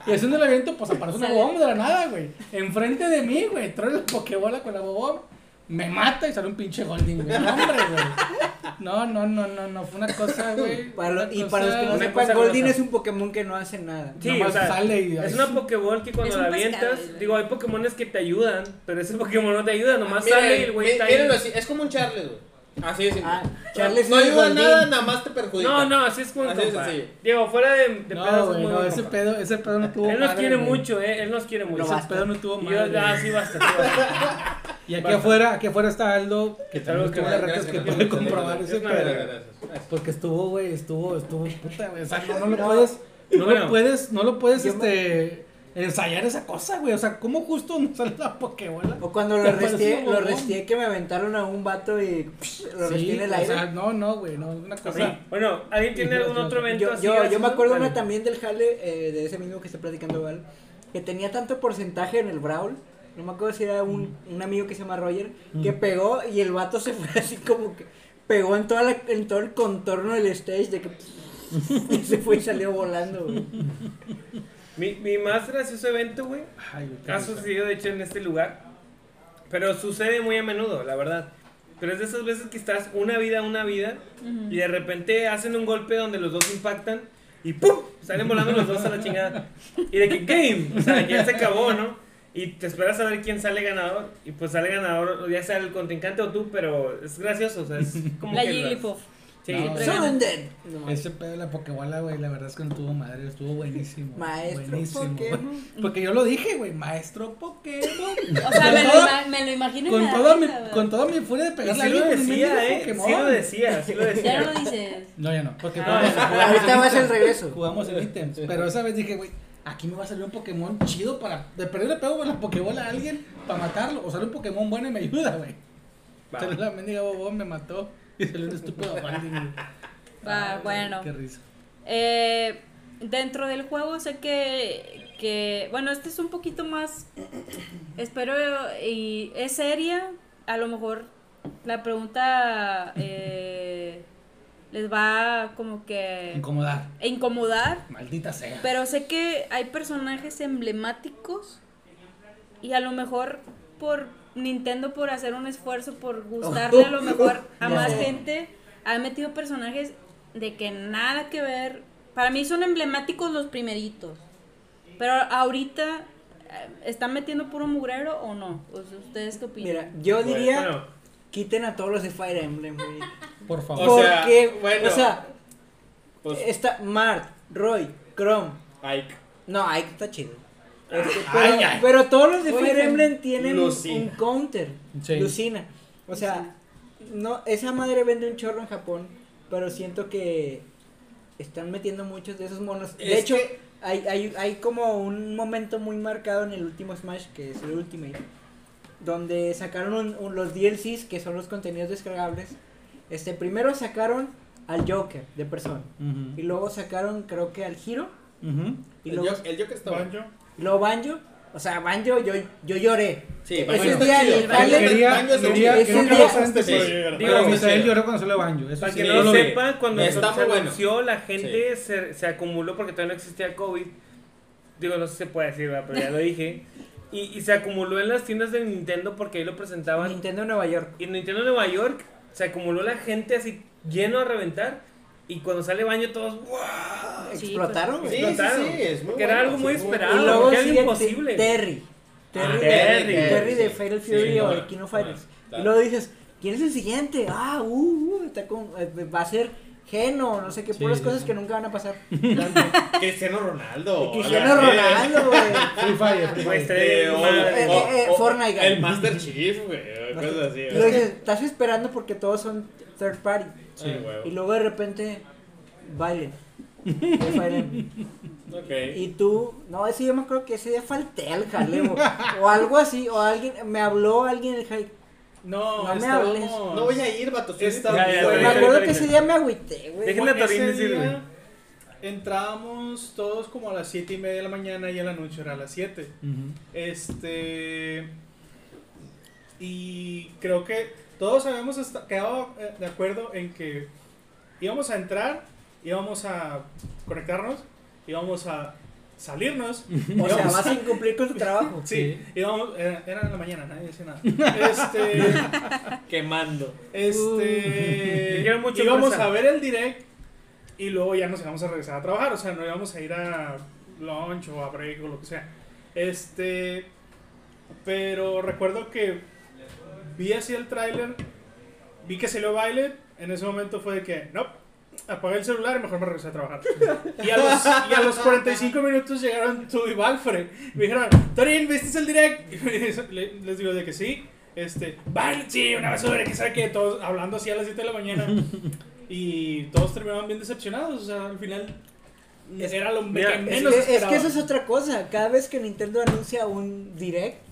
Speaker 6: Y haciendo el evento, pues aparece una
Speaker 1: Sale.
Speaker 6: bomba de la nada, güey. Enfrente de mí, güey, trae la Pokébola con la bomba, me mata y sale un pinche Golding, güey. No, hombre, güey. No, no, no, no, no, fue una cosa, güey.
Speaker 5: para lo- y
Speaker 6: una
Speaker 5: para los que no
Speaker 6: cosa-
Speaker 4: una
Speaker 5: sepan,
Speaker 4: cosa
Speaker 5: Goldin
Speaker 4: gruesa.
Speaker 5: es un Pokémon que no hace nada.
Speaker 4: Sí,
Speaker 6: Nomás
Speaker 4: o sea,
Speaker 6: sale y-
Speaker 4: es una Pokéball que cuando
Speaker 1: Es un
Speaker 4: la
Speaker 1: pescado,
Speaker 4: avientas,
Speaker 1: güey.
Speaker 4: digo, hay Pokémones que te ayudan, pero ese Pokémon no te ayuda, nomás
Speaker 3: Ah, Mira,
Speaker 4: sale y el güey
Speaker 3: mí-
Speaker 4: está ahí.
Speaker 3: mírenlo así, es como un Charles, güey. Así de simple.
Speaker 5: Ah, Charles
Speaker 3: no
Speaker 5: es
Speaker 3: ayuda a
Speaker 5: Goldín.
Speaker 3: nada, nada más te perjudica.
Speaker 4: No, no, así es como
Speaker 3: Así de
Speaker 4: compa.
Speaker 3: sencillo.
Speaker 4: Diego, fuera de, de
Speaker 6: No,
Speaker 4: pedos, es
Speaker 6: güey,
Speaker 4: muy
Speaker 6: no,
Speaker 4: buen
Speaker 6: ese
Speaker 4: compa.
Speaker 6: pedo, ese pedo no tuvo
Speaker 4: Él nos
Speaker 6: madre,
Speaker 4: quiere
Speaker 6: güey.
Speaker 4: mucho, eh, él nos quiere mucho.
Speaker 6: Ese pedo no tuvo
Speaker 4: Y yo-
Speaker 6: madre,
Speaker 4: ah,
Speaker 6: güey.
Speaker 4: sí, basta. sí, basta.
Speaker 6: Y aquí
Speaker 4: Basta.
Speaker 6: afuera, aquí afuera está Aldo, que
Speaker 4: Algo
Speaker 6: también
Speaker 4: que
Speaker 6: tuvo
Speaker 4: vale,
Speaker 6: las retas
Speaker 3: Gracias,
Speaker 6: que
Speaker 3: gracias,
Speaker 6: puede
Speaker 3: gracias,
Speaker 6: comprobar
Speaker 3: gracias,
Speaker 6: ese
Speaker 3: gracias,
Speaker 6: pedo.
Speaker 3: gracias, gracias.
Speaker 6: Porque estuvo, güey, estuvo, estuvo, puta, güey. O sea, no, no lo puedes, no
Speaker 4: Bueno.
Speaker 6: lo puedes, no lo puedes,
Speaker 5: Yo me-
Speaker 6: este, ensayar esa cosa, güey. O sea, ¿cómo justo nos sale la pokebola?
Speaker 5: O cuando
Speaker 6: Te
Speaker 5: lo
Speaker 6: parece
Speaker 5: restié,
Speaker 6: un
Speaker 5: lo
Speaker 6: bobón.
Speaker 5: restié que me aventaron a un vato y psh, lo restié en el
Speaker 6: o
Speaker 5: aire.
Speaker 6: sea, no, no, güey, no, una cosa.
Speaker 4: Sí. Bueno, ¿alguien tiene
Speaker 6: Yo-
Speaker 4: algún
Speaker 6: yo-
Speaker 4: otro evento
Speaker 5: Yo,
Speaker 4: así?
Speaker 5: yo, yo me
Speaker 4: gracioso?
Speaker 5: acuerdo
Speaker 4: Dale.
Speaker 5: una también del jale, eh, de ese mismo que está platicando Val, que tenía tanto porcentaje en el Brawl. No me acuerdo si era un, un amigo que se llama Roger, que pegó y el vato se fue así como que pegó en, toda la- en todo el contorno del stage de que. Y se fue y salió volando, güey.
Speaker 4: Mi, mi más gracioso evento, güey,
Speaker 6: Ay,
Speaker 4: ha sucedido de hecho en este lugar, pero sucede muy a menudo, la verdad. Pero es de esas veces que estás una vida, una vida, y de repente hacen un golpe donde los dos impactan y ¡pum! Salen volando los dos a la chingada. Y de que game, o sea, ya se acabó, ¿no? Y te esperas a ver quién sale ganador, y pues sale ganador, ya sea el contrincante o tú, pero es gracioso, o sea, es como
Speaker 1: La
Speaker 4: que...
Speaker 1: Jigglypuff.
Speaker 4: Sí,
Speaker 6: No,
Speaker 1: Siempre
Speaker 5: Son
Speaker 1: gana.
Speaker 5: un dead. No, mames.
Speaker 6: Ese pedo de la Pokébola, güey, la verdad es que no tuvo madre, estuvo buenísimo.
Speaker 5: Maestro
Speaker 6: buenísimo,
Speaker 5: Pokémon.
Speaker 6: güey. Porque yo lo dije, güey, maestro Pokémon.
Speaker 1: O sea,
Speaker 6: Con
Speaker 1: me lo,
Speaker 6: todo-
Speaker 1: ima- me lo imagino y me
Speaker 6: Con
Speaker 1: da
Speaker 6: toda, mi,
Speaker 1: risa, güey.
Speaker 6: con toda mi furia de
Speaker 4: Y
Speaker 6: pegarle
Speaker 4: sí lo
Speaker 6: alguien, me dijo
Speaker 4: decía, ¿eh? Sí
Speaker 6: Pokémon.
Speaker 4: lo decía, sí lo
Speaker 1: Ya no
Speaker 4: decía.
Speaker 1: lo dices.
Speaker 6: No, ya no, porque
Speaker 4: Ah,
Speaker 6: jugamos,
Speaker 5: Ahorita va a ser el regreso.
Speaker 6: jugamos en ítems. Pero esa vez dije, güey, aquí me va a salir un Pokémon chido para. De perder le pego la Pokébola a alguien para matarlo. O sale un Pokémon bueno y me ayuda, güey.
Speaker 4: Va.
Speaker 6: Salió la mendiga bobón, me mató. Y salió un estúpido Baldi, güey.
Speaker 1: Va,
Speaker 6: Ay,
Speaker 1: Ah, bueno.
Speaker 6: Qué risa.
Speaker 1: Eh, dentro del juego sé que, que, bueno, este es un poquito más, espero, y es seria, a lo mejor la pregunta eh, les va como que
Speaker 6: Incomodar.
Speaker 1: a incomodar,
Speaker 6: Maldita sea.
Speaker 1: pero sé que hay personajes emblemáticos y a lo mejor por Nintendo por hacer un esfuerzo por gustarle a lo mejor a
Speaker 5: Ya
Speaker 1: más
Speaker 5: sé.
Speaker 1: gente ha metido personajes de que nada que ver. Para mí son emblemáticos los primeritos. Pero ahorita eh, están metiendo puro mugrero o no? O sea, ustedes qué opinan?
Speaker 5: Mira, yo diría,
Speaker 4: Bueno,
Speaker 5: quiten a todos los de Fire Emblem, güey.
Speaker 6: Por favor.
Speaker 3: O sea,
Speaker 5: Porque,
Speaker 3: bueno.
Speaker 5: o sea,
Speaker 3: Pues,
Speaker 5: está Mart, Roy, Chrome.
Speaker 3: Ike.
Speaker 5: No, Ike está chido. Este, pero, pero todos los de Fire Emblem tienen
Speaker 3: Lucina.
Speaker 5: un counter.
Speaker 6: Sí.
Speaker 5: Lucina. O sea, no, esa madre vende un chorro en Japón, pero siento que están metiendo muchos de esos monos. De
Speaker 3: Es
Speaker 5: hecho,
Speaker 3: que-
Speaker 5: hay, hay, hay como un momento muy marcado en el último Smash, que es el Ultimate, donde sacaron un- un- los DLCs, que son los contenidos descargables. Este, primero sacaron al Joker de persona. Y
Speaker 6: Ujú.
Speaker 5: luego sacaron, creo que al Hiro.
Speaker 6: Ujú.
Speaker 5: Y
Speaker 3: El
Speaker 5: luego,
Speaker 3: Joker- el Joker está bueno.
Speaker 2: Banjo.
Speaker 5: y luego Banjo. O sea, Banjo, yo, yo lloré.
Speaker 3: Sí,
Speaker 5: Ese
Speaker 3: Banjo
Speaker 5: día
Speaker 3: está chido.
Speaker 5: el baile-
Speaker 3: Banjo-
Speaker 6: Quería-
Speaker 3: Banjo es el
Speaker 6: quería-
Speaker 3: chido.
Speaker 5: quería-
Speaker 3: Banjo
Speaker 5: quería-
Speaker 3: es el
Speaker 2: Sí.
Speaker 3: chido.
Speaker 4: Digo,
Speaker 6: Pero
Speaker 4: Pero
Speaker 6: Misael
Speaker 3: sí.
Speaker 6: lloró cuando salió Banjo. Eso
Speaker 4: Para
Speaker 6: sí.
Speaker 4: que
Speaker 3: Sí,
Speaker 4: no lo
Speaker 3: lo vi.
Speaker 4: sepa, cuando se,
Speaker 3: Está
Speaker 4: se
Speaker 3: muy bueno.
Speaker 4: anunció, la gente se, se acumuló porque todavía no existía COVID. Digo, no sé si se puede decir, ¿verdad? pero ya lo dije. Y, y se acumuló en las tiendas de Nintendo porque ahí lo presentaban.
Speaker 5: Nintendo Nueva York.
Speaker 4: Y en Nintendo Nueva York se acumuló la gente así lleno a reventar. Y cuando sale baño, todos ¡guau!
Speaker 5: Explotaron.
Speaker 3: Sí,
Speaker 5: güey.
Speaker 3: sí,
Speaker 4: explotaron.
Speaker 3: sí, es muy
Speaker 4: Que era
Speaker 3: bueno,
Speaker 4: algo
Speaker 3: sí,
Speaker 4: muy
Speaker 3: es muy
Speaker 4: esperado.
Speaker 5: y
Speaker 3: bueno.
Speaker 5: luego
Speaker 4: porque era
Speaker 5: sigue
Speaker 4: imposible.
Speaker 5: Te- Terry. Terry,
Speaker 3: Ah,
Speaker 5: de,
Speaker 3: Terry,
Speaker 5: Terry,
Speaker 3: Terry,
Speaker 5: de
Speaker 3: sí.
Speaker 5: Fatal
Speaker 3: Sí,
Speaker 5: Fury o
Speaker 3: claro,
Speaker 5: el King of Fighters.
Speaker 3: claro, claro.
Speaker 5: Y luego dices, ¿quién es el siguiente? Ah, uh, uh, está con- eh, va a ser Geno, no sé qué,
Speaker 6: Sí,
Speaker 5: puras
Speaker 6: sí,
Speaker 5: cosas
Speaker 6: sí.
Speaker 5: que nunca van a pasar.
Speaker 3: Cristiano Ronaldo.
Speaker 5: Cristiano Ronaldo, güey.
Speaker 6: Free Fire, Free
Speaker 4: Fue
Speaker 6: Fire.
Speaker 4: estrella,
Speaker 3: o-
Speaker 4: madre.
Speaker 5: Eh, eh, eh,
Speaker 3: o-
Speaker 5: Fortnite, güey.
Speaker 3: El Master Chief, güey. Cosas así.
Speaker 5: Y
Speaker 3: güey.
Speaker 5: luego dices, estás esperando porque todos son third party.
Speaker 3: Sí, huevo.
Speaker 5: Y luego de repente, baile. De Fire Emblem.
Speaker 3: Ok.
Speaker 5: Y tú, no, ese yo me acuerdo que ese día falté al jaleo. O algo así, o alguien, me habló alguien del jale-
Speaker 2: No,
Speaker 5: No me
Speaker 2: estábamos-
Speaker 5: hables.
Speaker 3: No voy a ir, vato. estoy
Speaker 4: Está-
Speaker 3: ocupado.
Speaker 4: Ya, ya,
Speaker 5: Me
Speaker 4: ahorita,
Speaker 5: acuerdo
Speaker 4: ahorita,
Speaker 5: que ese
Speaker 4: ahorita.
Speaker 5: día me agüité, güey.
Speaker 4: Déjenme a Torín
Speaker 2: Ese
Speaker 4: decir,
Speaker 2: día
Speaker 4: güey.
Speaker 2: Entrábamos todos como a las 7 y media de la mañana y el anuncio era a las 7.
Speaker 6: Ujú.
Speaker 2: Este. Y creo que todos habíamos esta- quedado eh, de acuerdo en que íbamos a entrar, íbamos a conectarnos, íbamos a salirnos.
Speaker 5: O sea,
Speaker 4: pues.
Speaker 2: íbamos-
Speaker 5: vas a incumplir con tu trabajo.
Speaker 2: Sí, íbamos, era, era en la mañana, nadie decía nada. Este,
Speaker 3: Quemando.
Speaker 2: este,
Speaker 4: Te quiero mucho,
Speaker 2: íbamos
Speaker 4: Marcelo.
Speaker 2: a ver el direct y luego ya nos íbamos a regresar a trabajar, o sea, no íbamos a ir a lunch o a break o lo que sea. Este, pero recuerdo que vi así el tráiler, vi que salió Violet, en ese momento fue de que, no, apagué el celular y mejor me regresé a trabajar. Y a los, y a los 45 minutos llegaron tú y Valfred. Me dijeron, Torín, ¿viste el direct? Y me- le- les digo de que sí. Este, Violet, sí, una basura, que sabe que todos hablando así a las 7 de la mañana. Y todos terminaban bien decepcionados, o sea, al final
Speaker 5: Es-
Speaker 2: era lo
Speaker 4: mira,
Speaker 2: que
Speaker 4: es
Speaker 5: Es
Speaker 2: menos
Speaker 5: que, es
Speaker 2: esperaba.
Speaker 5: que eso es otra cosa. Cada vez que Nintendo anuncia un direct,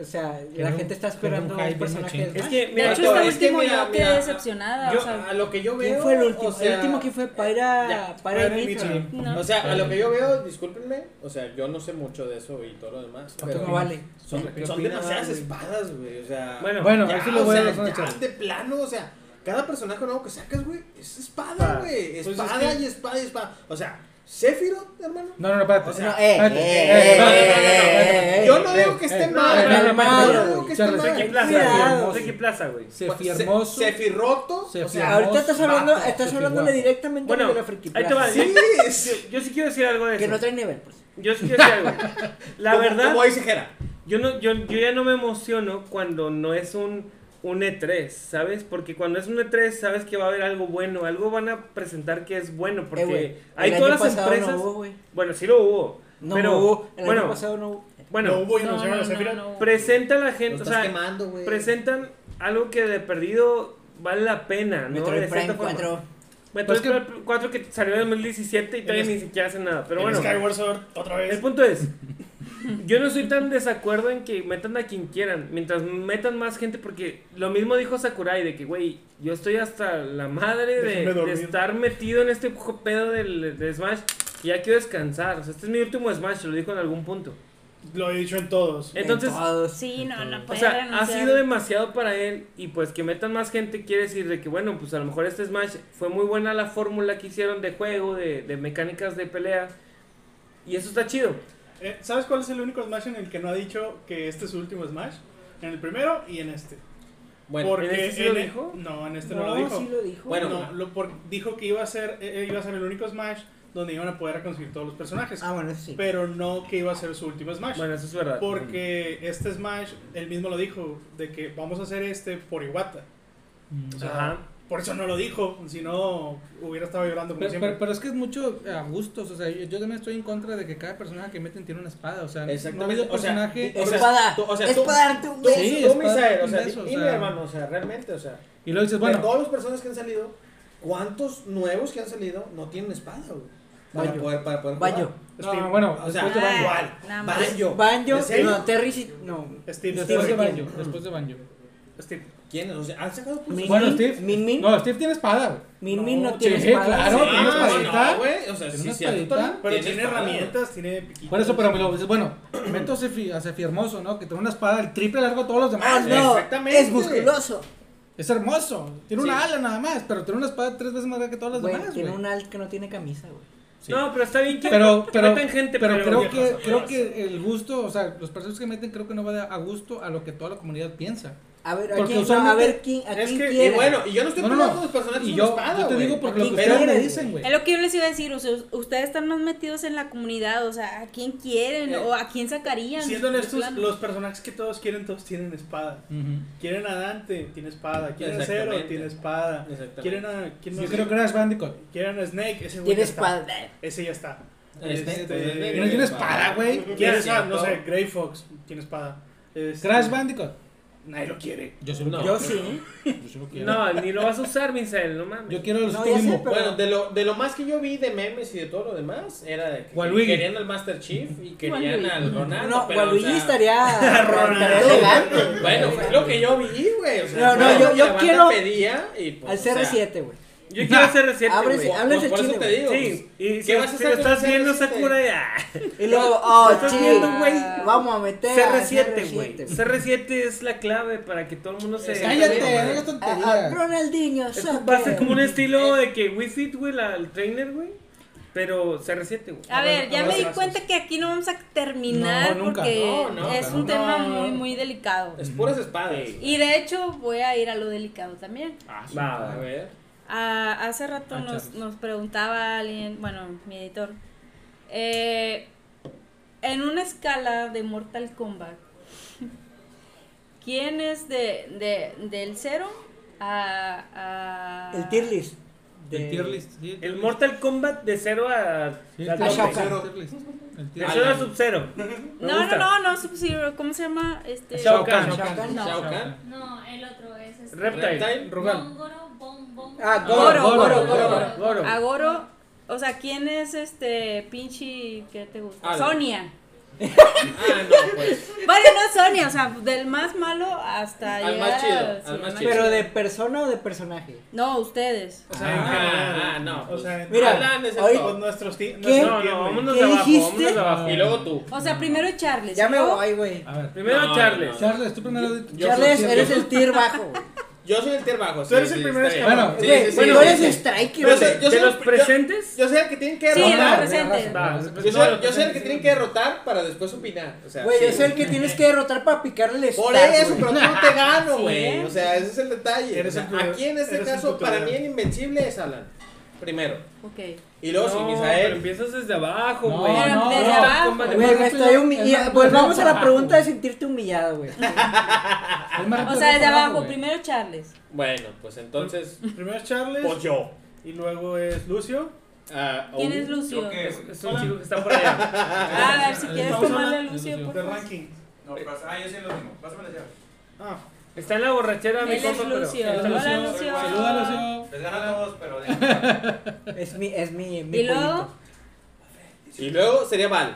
Speaker 5: o sea, la
Speaker 6: un-
Speaker 5: gente está
Speaker 6: era un
Speaker 5: esperando
Speaker 6: hype
Speaker 5: un
Speaker 6: bien
Speaker 5: personaje.
Speaker 6: machín.
Speaker 5: de
Speaker 4: Es
Speaker 5: Smash.
Speaker 4: que,
Speaker 1: De
Speaker 4: mira,
Speaker 1: hecho,
Speaker 4: todo-
Speaker 1: este
Speaker 3: es que
Speaker 1: último
Speaker 3: mira,
Speaker 1: yo quedé
Speaker 3: mira,
Speaker 1: decepcionada. o
Speaker 3: Yo, ah,
Speaker 1: sea,
Speaker 3: a lo que yo veo.
Speaker 5: ¿Quién fue el último?
Speaker 3: o sea,
Speaker 5: el último que fue Pyra.
Speaker 3: ya,
Speaker 5: Pyra
Speaker 2: Pyra
Speaker 5: Mitra.
Speaker 2: Mitra.
Speaker 1: no.
Speaker 3: O sea, a lo que yo veo, discúlpenme, o sea, yo no sé mucho de eso y todo lo demás,
Speaker 5: No,
Speaker 3: pero
Speaker 5: no vale.
Speaker 3: son,
Speaker 4: ¿Qué
Speaker 3: son
Speaker 4: opinaba,
Speaker 3: demasiadas
Speaker 4: güey?
Speaker 3: espadas, güey, o sea,
Speaker 4: Bueno,
Speaker 6: Bueno,
Speaker 3: ya,
Speaker 6: eso lo
Speaker 3: o
Speaker 6: voy a
Speaker 3: sea,
Speaker 6: dejar
Speaker 3: ya, de plano, o sea, Cada personaje nuevo que sacas, güey, es
Speaker 2: Espada.
Speaker 3: espada, güey.
Speaker 2: Pues es
Speaker 3: Espada
Speaker 2: que-
Speaker 3: y espada y espada. O sea, Sephiroth, hermano.
Speaker 6: No, no, no, espérate.
Speaker 3: O sea,
Speaker 5: No, eh,
Speaker 6: espérate,
Speaker 5: eh,
Speaker 6: espérate,
Speaker 5: eh,
Speaker 6: espérate,
Speaker 5: eh,
Speaker 6: espérate.
Speaker 3: yo no digo que esté
Speaker 6: eh,
Speaker 3: mal,
Speaker 4: no, no,
Speaker 3: yo
Speaker 5: mal,
Speaker 3: no digo que esté
Speaker 6: Charles,
Speaker 4: Seki
Speaker 3: mal.
Speaker 4: Plaza,
Speaker 5: Cuidado.
Speaker 4: güey. Seki Plaza, güey.
Speaker 6: Sefi hermoso.
Speaker 3: Se- Sefiroto.
Speaker 6: Sefi
Speaker 3: o sea,
Speaker 6: hermoso,
Speaker 5: Ahorita estás hablando,
Speaker 6: vato,
Speaker 5: estás
Speaker 6: Sefi
Speaker 5: hablándole
Speaker 6: guapo.
Speaker 5: directamente
Speaker 4: Bueno,
Speaker 5: de la friki
Speaker 4: ahí te va.
Speaker 5: plaza.
Speaker 3: sí, es-
Speaker 4: Yo sí quiero decir algo de
Speaker 5: Que no
Speaker 4: eso.
Speaker 5: trae nivel, pues.
Speaker 4: Yo sí quiero decir algo. La
Speaker 3: como-
Speaker 4: verdad,
Speaker 3: Como dice Jera.
Speaker 4: yo, no, yo, yo ya no me emociono cuando no es un, un E3, ¿sabes? Porque cuando es un E3, sabes que va a haber algo bueno. Algo van a presentar que es bueno. Porque
Speaker 5: Eh, güey,
Speaker 4: hay
Speaker 5: el
Speaker 4: todas
Speaker 5: año
Speaker 4: las
Speaker 5: pasado no
Speaker 4: empresas.
Speaker 5: hubo, güey.
Speaker 4: bueno, sí lo hubo.
Speaker 5: No
Speaker 4: pero,
Speaker 5: hubo, el
Speaker 4: bueno,
Speaker 5: año pasado no hubo.
Speaker 4: bueno,
Speaker 2: No hubo y
Speaker 1: No,
Speaker 2: anunciaron
Speaker 1: no,
Speaker 2: a Sephiroth.
Speaker 1: no, no.
Speaker 4: presenta a la
Speaker 3: Lo
Speaker 4: gente. O
Speaker 3: estás
Speaker 4: sea,
Speaker 3: quemando, güey.
Speaker 4: presentan algo que de perdido vale la pena, ¿no?
Speaker 5: Metroid
Speaker 4: De cierta
Speaker 5: Prime
Speaker 4: forma.
Speaker 5: 4.
Speaker 4: Metroid
Speaker 6: Pues que-
Speaker 4: Prime 4 que salió en 2017 y todavía
Speaker 2: El-
Speaker 4: ni siquiera hacen nada. Pero
Speaker 2: El
Speaker 4: bueno,
Speaker 2: Skyward Sword otra
Speaker 4: el
Speaker 2: vez.
Speaker 4: punto es, yo no soy tan desacuerdo en que metan a quien quieran, mientras metan más gente, porque lo mismo dijo Sakurai, de que, güey, yo estoy hasta la madre de,
Speaker 2: Déjenme
Speaker 4: de
Speaker 2: dormir.
Speaker 4: estar metido en este jo- pedo del, de Smash y ya quiero descansar. O sea, este es mi último Smash, lo dijo en algún punto.
Speaker 2: Lo he dicho en todos.
Speaker 4: Entonces,
Speaker 1: Sí, no, no
Speaker 4: O
Speaker 1: puede
Speaker 4: sea, ha
Speaker 1: renunciar.
Speaker 4: sido demasiado para él y pues que metan más gente quiere decir de que bueno, pues a lo mejor este Smash fue muy buena la fórmula que hicieron de juego, de, de mecánicas de pelea y eso está chido.
Speaker 2: Eh, ¿Sabes cuál es el único Smash en el que no ha dicho que este es su último Smash? En el primero y en este.
Speaker 3: Bueno,
Speaker 2: Porque
Speaker 4: ¿en este sí lo
Speaker 2: en e-
Speaker 4: dijo?
Speaker 2: No, en este no, lo
Speaker 5: No,
Speaker 2: dijo.
Speaker 5: sí lo dijo.
Speaker 3: Bueno,
Speaker 2: No, lo- por- dijo que iba a ser eh, eh, iba a ser el único Smash donde iban a poder conseguir todos los personajes,
Speaker 5: Ah, bueno, eso sí.
Speaker 2: pero no que iba a ser su último Smash.
Speaker 4: Bueno, ah, eso es verdad.
Speaker 2: porque este Smash, él mismo lo dijo, de que vamos a hacer este por Iwata. O sea,
Speaker 4: Ajá.
Speaker 2: Por eso no lo dijo, si no hubiera estado llorando como
Speaker 6: Pero,
Speaker 2: siempre.
Speaker 6: pero- pero es que es mucho eh, a gustos, o sea, yo, yo también estoy en contra de que cada personaje que meten tiene una espada, o sea, no ha
Speaker 3: Exactamente,
Speaker 6: habido
Speaker 3: o sea,
Speaker 6: personaje...
Speaker 5: eh,
Speaker 3: o sea,
Speaker 5: Espada.
Speaker 3: tú- o sea, tú-
Speaker 5: Es para darte un
Speaker 3: Tú,
Speaker 5: beso.
Speaker 6: Sí,
Speaker 3: tú,
Speaker 6: es
Speaker 3: Misael,
Speaker 6: para-
Speaker 3: o sea,
Speaker 6: un beso, o
Speaker 3: dime,
Speaker 6: sea.
Speaker 3: hermano, o sea, realmente, o sea,
Speaker 6: y luego dices,
Speaker 3: de
Speaker 6: bueno,
Speaker 3: todos los personajes que han salido, ¿cuántos nuevos que han salido no tienen espada, güey? Para
Speaker 5: Bayo.
Speaker 3: poder, para poder jugar.
Speaker 5: Bayo. Pues
Speaker 6: no, bueno,
Speaker 3: O sea,
Speaker 6: después de
Speaker 5: ah,
Speaker 6: Banjo.
Speaker 3: igual.
Speaker 1: nada más.
Speaker 3: Banjo.
Speaker 5: Banjo.
Speaker 3: ¿En serio?
Speaker 5: No, Terry sí. No.
Speaker 2: Steve,
Speaker 6: Después de
Speaker 2: Steve,
Speaker 6: Banjo, después de Banjo.
Speaker 2: Steve.
Speaker 3: ¿Quiénes? O sea, han sacado puros.
Speaker 5: Min
Speaker 6: Bueno,
Speaker 5: Min,
Speaker 6: Steve.
Speaker 5: Min Min.
Speaker 6: No, Steve tiene espada, güey.
Speaker 5: Min Min no
Speaker 2: No,
Speaker 5: tiene
Speaker 6: sí,
Speaker 5: espada.
Speaker 6: claro,
Speaker 5: Sí.
Speaker 6: tiene
Speaker 3: Ah,
Speaker 6: espadita.
Speaker 3: no, güey. O sea,
Speaker 6: Tiene
Speaker 3: sí,
Speaker 6: una
Speaker 3: es cierto.
Speaker 6: espadita.
Speaker 2: Pero tiene,
Speaker 3: espada.
Speaker 2: herramitas, tiene piquitos.
Speaker 6: Por eso, pero me lo dices, bueno, meto a Sefi, a Sefi hermoso, ¿no? Que tiene una espada el triple largo de todos los
Speaker 5: Ah,
Speaker 6: demás. güey.
Speaker 5: no.
Speaker 3: Exactamente.
Speaker 5: Es musculoso.
Speaker 6: Es hermoso. Tiene una
Speaker 3: Sí.
Speaker 6: ala nada más, pero tiene una espada tres veces más grande que todas las
Speaker 5: Güey,
Speaker 6: demás,
Speaker 5: tiene
Speaker 6: güey.
Speaker 5: un alt que no tiene camisa, güey.
Speaker 3: Sí.
Speaker 4: No, pero está bien que
Speaker 6: Pero, pero,
Speaker 4: metan gente,
Speaker 6: pero,
Speaker 4: pero,
Speaker 6: creo que creo que el gusto, o sea, los personajes que meten creo que no va de- a gusto a lo que toda la comunidad piensa.
Speaker 5: A ver, ¿a quién,
Speaker 6: Porque
Speaker 5: no, a
Speaker 6: usualmente-
Speaker 5: ver quién, a
Speaker 2: es
Speaker 5: quién
Speaker 2: que- y
Speaker 5: quiere.
Speaker 3: Y bueno, y yo no estoy
Speaker 6: No, no,
Speaker 3: peleando
Speaker 6: no.
Speaker 3: con los personajes
Speaker 6: Y
Speaker 3: con
Speaker 6: yo,
Speaker 3: espada,
Speaker 6: yo te
Speaker 3: güey.
Speaker 6: digo porque lo
Speaker 5: Aquí
Speaker 6: que ustedes me
Speaker 5: quieres,
Speaker 6: dicen, güey.
Speaker 1: Es lo que yo les iba a decir, o sea, ustedes están más metidos en la comunidad, o sea, ¿a quién quieren
Speaker 3: Eh,
Speaker 1: o a quién sacarían?
Speaker 2: Siendo
Speaker 1: De
Speaker 2: honestos,
Speaker 1: plano.
Speaker 2: los personajes que todos quieren, todos tienen espada.
Speaker 6: Ujú.
Speaker 2: Quieren a Dante, tiene espada. Quieren a Zero,
Speaker 3: Exactamente.
Speaker 2: tiene espada.
Speaker 3: Exactamente.
Speaker 2: Quieren a. ¿quién
Speaker 6: Yo
Speaker 2: más?
Speaker 6: creo que Crash Bandicoot.
Speaker 2: Quieren a Snake, ese güey.
Speaker 5: tiene
Speaker 2: ya está.
Speaker 5: espada.
Speaker 2: Ese ya está.
Speaker 3: Este,
Speaker 2: Este,
Speaker 3: pues, este,
Speaker 6: Tiene una espada, güey.
Speaker 2: ¿Quieres a,
Speaker 3: cierto.
Speaker 2: no sé, Grey Fox? Tiene espada. Este,
Speaker 6: Crash Bandicoot.
Speaker 2: Nadie lo quiere.
Speaker 6: Yo sí lo
Speaker 3: No.
Speaker 5: Yo
Speaker 6: quiero.
Speaker 5: sí.
Speaker 6: Yo sí lo quiero.
Speaker 4: No, ni lo vas a usar, Misael, no mames.
Speaker 6: Yo quiero el
Speaker 5: No, ya
Speaker 6: Sturimo.
Speaker 5: sé, pero-
Speaker 3: Bueno, de lo, de lo más que yo vi de memes y de todo lo demás, era de que
Speaker 6: Waluigi.
Speaker 3: querían al Master Chief y querían
Speaker 1: Waluigi.
Speaker 3: al Ronaldo.
Speaker 5: No,
Speaker 3: pero,
Speaker 5: Waluigi
Speaker 3: o sea,
Speaker 5: estaría.
Speaker 2: Ronaldo.
Speaker 5: estaría elegante.
Speaker 3: Bueno, fue lo que yo vi, güey. O sea,
Speaker 5: No, no,
Speaker 3: fue
Speaker 5: yo-
Speaker 3: lo que
Speaker 5: yo
Speaker 3: la banda
Speaker 5: quiero
Speaker 3: pedía y pues.
Speaker 5: Al
Speaker 3: o sea,
Speaker 5: CR7, güey.
Speaker 4: Yo
Speaker 6: Ah,
Speaker 4: quiero hacer recetas,
Speaker 5: Ábrese,
Speaker 4: güey.
Speaker 5: ábrese.
Speaker 3: Pues
Speaker 5: Háblales del
Speaker 3: por eso
Speaker 5: chile,
Speaker 3: te
Speaker 5: güey.
Speaker 3: digo.
Speaker 4: Sí, y si,
Speaker 3: ¿Qué vas a
Speaker 4: si
Speaker 3: hacer
Speaker 4: lo
Speaker 3: con
Speaker 4: estás viendo,
Speaker 3: CR7?
Speaker 4: Sakurai, ah,
Speaker 5: Y luego, oh,
Speaker 4: estás
Speaker 5: chido.
Speaker 4: viendo, güey.
Speaker 5: Vamos a meter. a
Speaker 4: CR7, güey.
Speaker 5: CR7.
Speaker 4: CR7 es la clave para que todo el mundo se...
Speaker 6: Cállate,
Speaker 3: güey.
Speaker 6: no hagas
Speaker 5: Ah, ah,
Speaker 6: tonterías.
Speaker 5: Ronaldinho,
Speaker 4: Es-
Speaker 5: soccer.
Speaker 4: Va a ser como un estilo
Speaker 3: Eh.
Speaker 4: de que Wii Fit, güey, la- el trainer, güey. Pero CR7, güey.
Speaker 1: A ver, ya me di
Speaker 2: abrazos.
Speaker 1: cuenta que aquí no vamos a terminar
Speaker 6: No, nunca.
Speaker 1: porque
Speaker 3: No, no,
Speaker 1: es
Speaker 3: no,
Speaker 1: un
Speaker 3: no,
Speaker 1: tema
Speaker 2: no, no.
Speaker 1: muy, muy delicado.
Speaker 3: pues, Es puras espadas.
Speaker 1: Y de hecho voy a ir a lo delicado también.
Speaker 4: Va,
Speaker 3: A
Speaker 4: va.
Speaker 3: ver.
Speaker 1: Ah, hace rato
Speaker 6: Ah,
Speaker 1: nos,
Speaker 6: Charles.
Speaker 1: nos preguntaba alguien, bueno, mi editor, eh, en una escala de Mortal Kombat, ¿quién es de, de- del 0 a, a-
Speaker 5: El tier list.
Speaker 6: El tier list. sí,
Speaker 4: El
Speaker 6: tier
Speaker 4: Mortal Kombat de 0 a...
Speaker 6: Sí,
Speaker 4: al
Speaker 6: el tier
Speaker 5: Shaka.
Speaker 6: list,
Speaker 4: tope.
Speaker 5: Shaka.
Speaker 6: el tier list. El tier
Speaker 4: De
Speaker 6: list.
Speaker 4: 0 a sub-0.
Speaker 1: No, no, no, no, Sub-Zero, ¿cómo se llama? Este,
Speaker 4: Shao Kahn.
Speaker 5: Shao Kahn.
Speaker 1: No.
Speaker 3: Shao Kahn.
Speaker 8: No, el otro es este.
Speaker 4: Reptile.
Speaker 6: Rugal.
Speaker 8: Góngoro, bon, bon.
Speaker 5: Ah,
Speaker 1: Goro,
Speaker 5: Goro, Goro,
Speaker 1: Goro,
Speaker 5: Goro.
Speaker 4: Goro.
Speaker 1: A Goro, o sea, ¿quién es este pinche que te gusta?
Speaker 3: Al.
Speaker 1: Sonia.
Speaker 3: Ah, no, pues.
Speaker 1: Bueno, no Sonia, o sea, del más malo hasta
Speaker 3: Al
Speaker 1: llegar
Speaker 3: más
Speaker 1: a-
Speaker 3: chido, al
Speaker 1: sí,
Speaker 3: más chido.
Speaker 5: Pero de persona o de personaje.
Speaker 1: No, ustedes.
Speaker 2: O sea, en
Speaker 6: Ah,
Speaker 2: general.
Speaker 3: ah, no,
Speaker 2: O
Speaker 3: pues.
Speaker 2: sea, en-
Speaker 5: Mira,
Speaker 3: Alan es el
Speaker 5: hoy-
Speaker 2: con
Speaker 3: top.
Speaker 2: nuestros ti-
Speaker 5: ¿Qué?
Speaker 2: nuestros
Speaker 4: No,
Speaker 2: tier,
Speaker 4: no,
Speaker 2: güey.
Speaker 4: vámonos
Speaker 5: ¿Qué
Speaker 4: de abajo,
Speaker 5: dijiste?
Speaker 4: vámonos de abajo.
Speaker 6: Ah.
Speaker 3: Y luego tú.
Speaker 1: O sea, primero Charles.
Speaker 5: Ya me
Speaker 1: luego-
Speaker 5: voy, güey.
Speaker 6: A ver.
Speaker 4: Primero
Speaker 3: No,
Speaker 4: Charles.
Speaker 3: no,
Speaker 6: Charles, tú primero.
Speaker 3: Yo
Speaker 5: Charles,
Speaker 3: soy-
Speaker 5: eres
Speaker 3: yo-
Speaker 5: el tier bajo, güey.
Speaker 3: Yo soy el tier bajo.
Speaker 2: Tú eres el primero
Speaker 3: está bien.
Speaker 2: escalón.
Speaker 3: Sí,
Speaker 5: Güey,
Speaker 3: sí, sí,
Speaker 5: bueno,
Speaker 3: sí,
Speaker 5: eres
Speaker 3: sí.
Speaker 5: striker,
Speaker 3: Pero
Speaker 5: güey.
Speaker 3: soy- yo
Speaker 4: ¿De
Speaker 3: soy
Speaker 4: los
Speaker 3: yo-
Speaker 4: presentes?
Speaker 3: Yo soy el que tienen que
Speaker 1: Sí, los
Speaker 3: derrotar.
Speaker 1: presentes.
Speaker 4: Va,
Speaker 3: Yo soy,
Speaker 4: pues, no, los
Speaker 3: yo soy el que
Speaker 4: presentes.
Speaker 3: tienen que derrotar para después opinar. O sea,
Speaker 5: Güey,
Speaker 3: sí.
Speaker 5: yo soy el que tienes que derrotar para picarle el
Speaker 3: Por
Speaker 5: start,
Speaker 3: eso,
Speaker 5: güey.
Speaker 3: pero tú no te gano,
Speaker 1: Sí,
Speaker 3: güey.
Speaker 1: ¿eh?
Speaker 3: O sea, ese es el detalle.
Speaker 2: Eres
Speaker 3: O sea,
Speaker 2: un tutor-
Speaker 3: aquí en este
Speaker 2: eres un
Speaker 3: caso, para mí
Speaker 2: tutorial.
Speaker 3: el invencible es Alan. Primero.
Speaker 1: Ok.
Speaker 3: Y luego sí,
Speaker 4: No, pero
Speaker 3: Misael.
Speaker 4: empiezas desde abajo,
Speaker 6: No,
Speaker 4: güey.
Speaker 1: Pero
Speaker 6: no,
Speaker 1: desde
Speaker 6: no,
Speaker 1: abajo.
Speaker 4: compa,
Speaker 5: Güey, me estoy humillando. Volvamos a la pregunta de
Speaker 6: si.
Speaker 5: sentirte humillado, güey.
Speaker 6: Ah,
Speaker 1: O sea, desde abajo, primero Charles.
Speaker 3: Bueno, pues entonces.
Speaker 2: Primero es Charles
Speaker 3: Pues yo.
Speaker 2: y luego es Lucio.
Speaker 3: Ah,
Speaker 1: ¿Quién
Speaker 3: o-
Speaker 1: es Lucio?
Speaker 4: Es un chico que está por allá.
Speaker 1: Ah, a ver si quieres
Speaker 2: Vamos a
Speaker 1: tomarle a
Speaker 2: hablar
Speaker 1: Lucio, por
Speaker 2: De
Speaker 1: favor.
Speaker 2: ranking.
Speaker 9: No, pasa- ah, yo soy el último. Pásame las llaves.
Speaker 2: Ah,
Speaker 4: Está en la borrachera, mi
Speaker 1: Él es
Speaker 4: compa, pero...
Speaker 1: Lucio.
Speaker 4: Él es
Speaker 1: Hola,
Speaker 4: Lucio.
Speaker 1: Lucio.
Speaker 6: Saluda, Lucio.
Speaker 9: Les ganan todos, Pues pero déjenme.
Speaker 5: Es mi, es mi, mi
Speaker 1: Y luego,
Speaker 3: Y luego sería Val.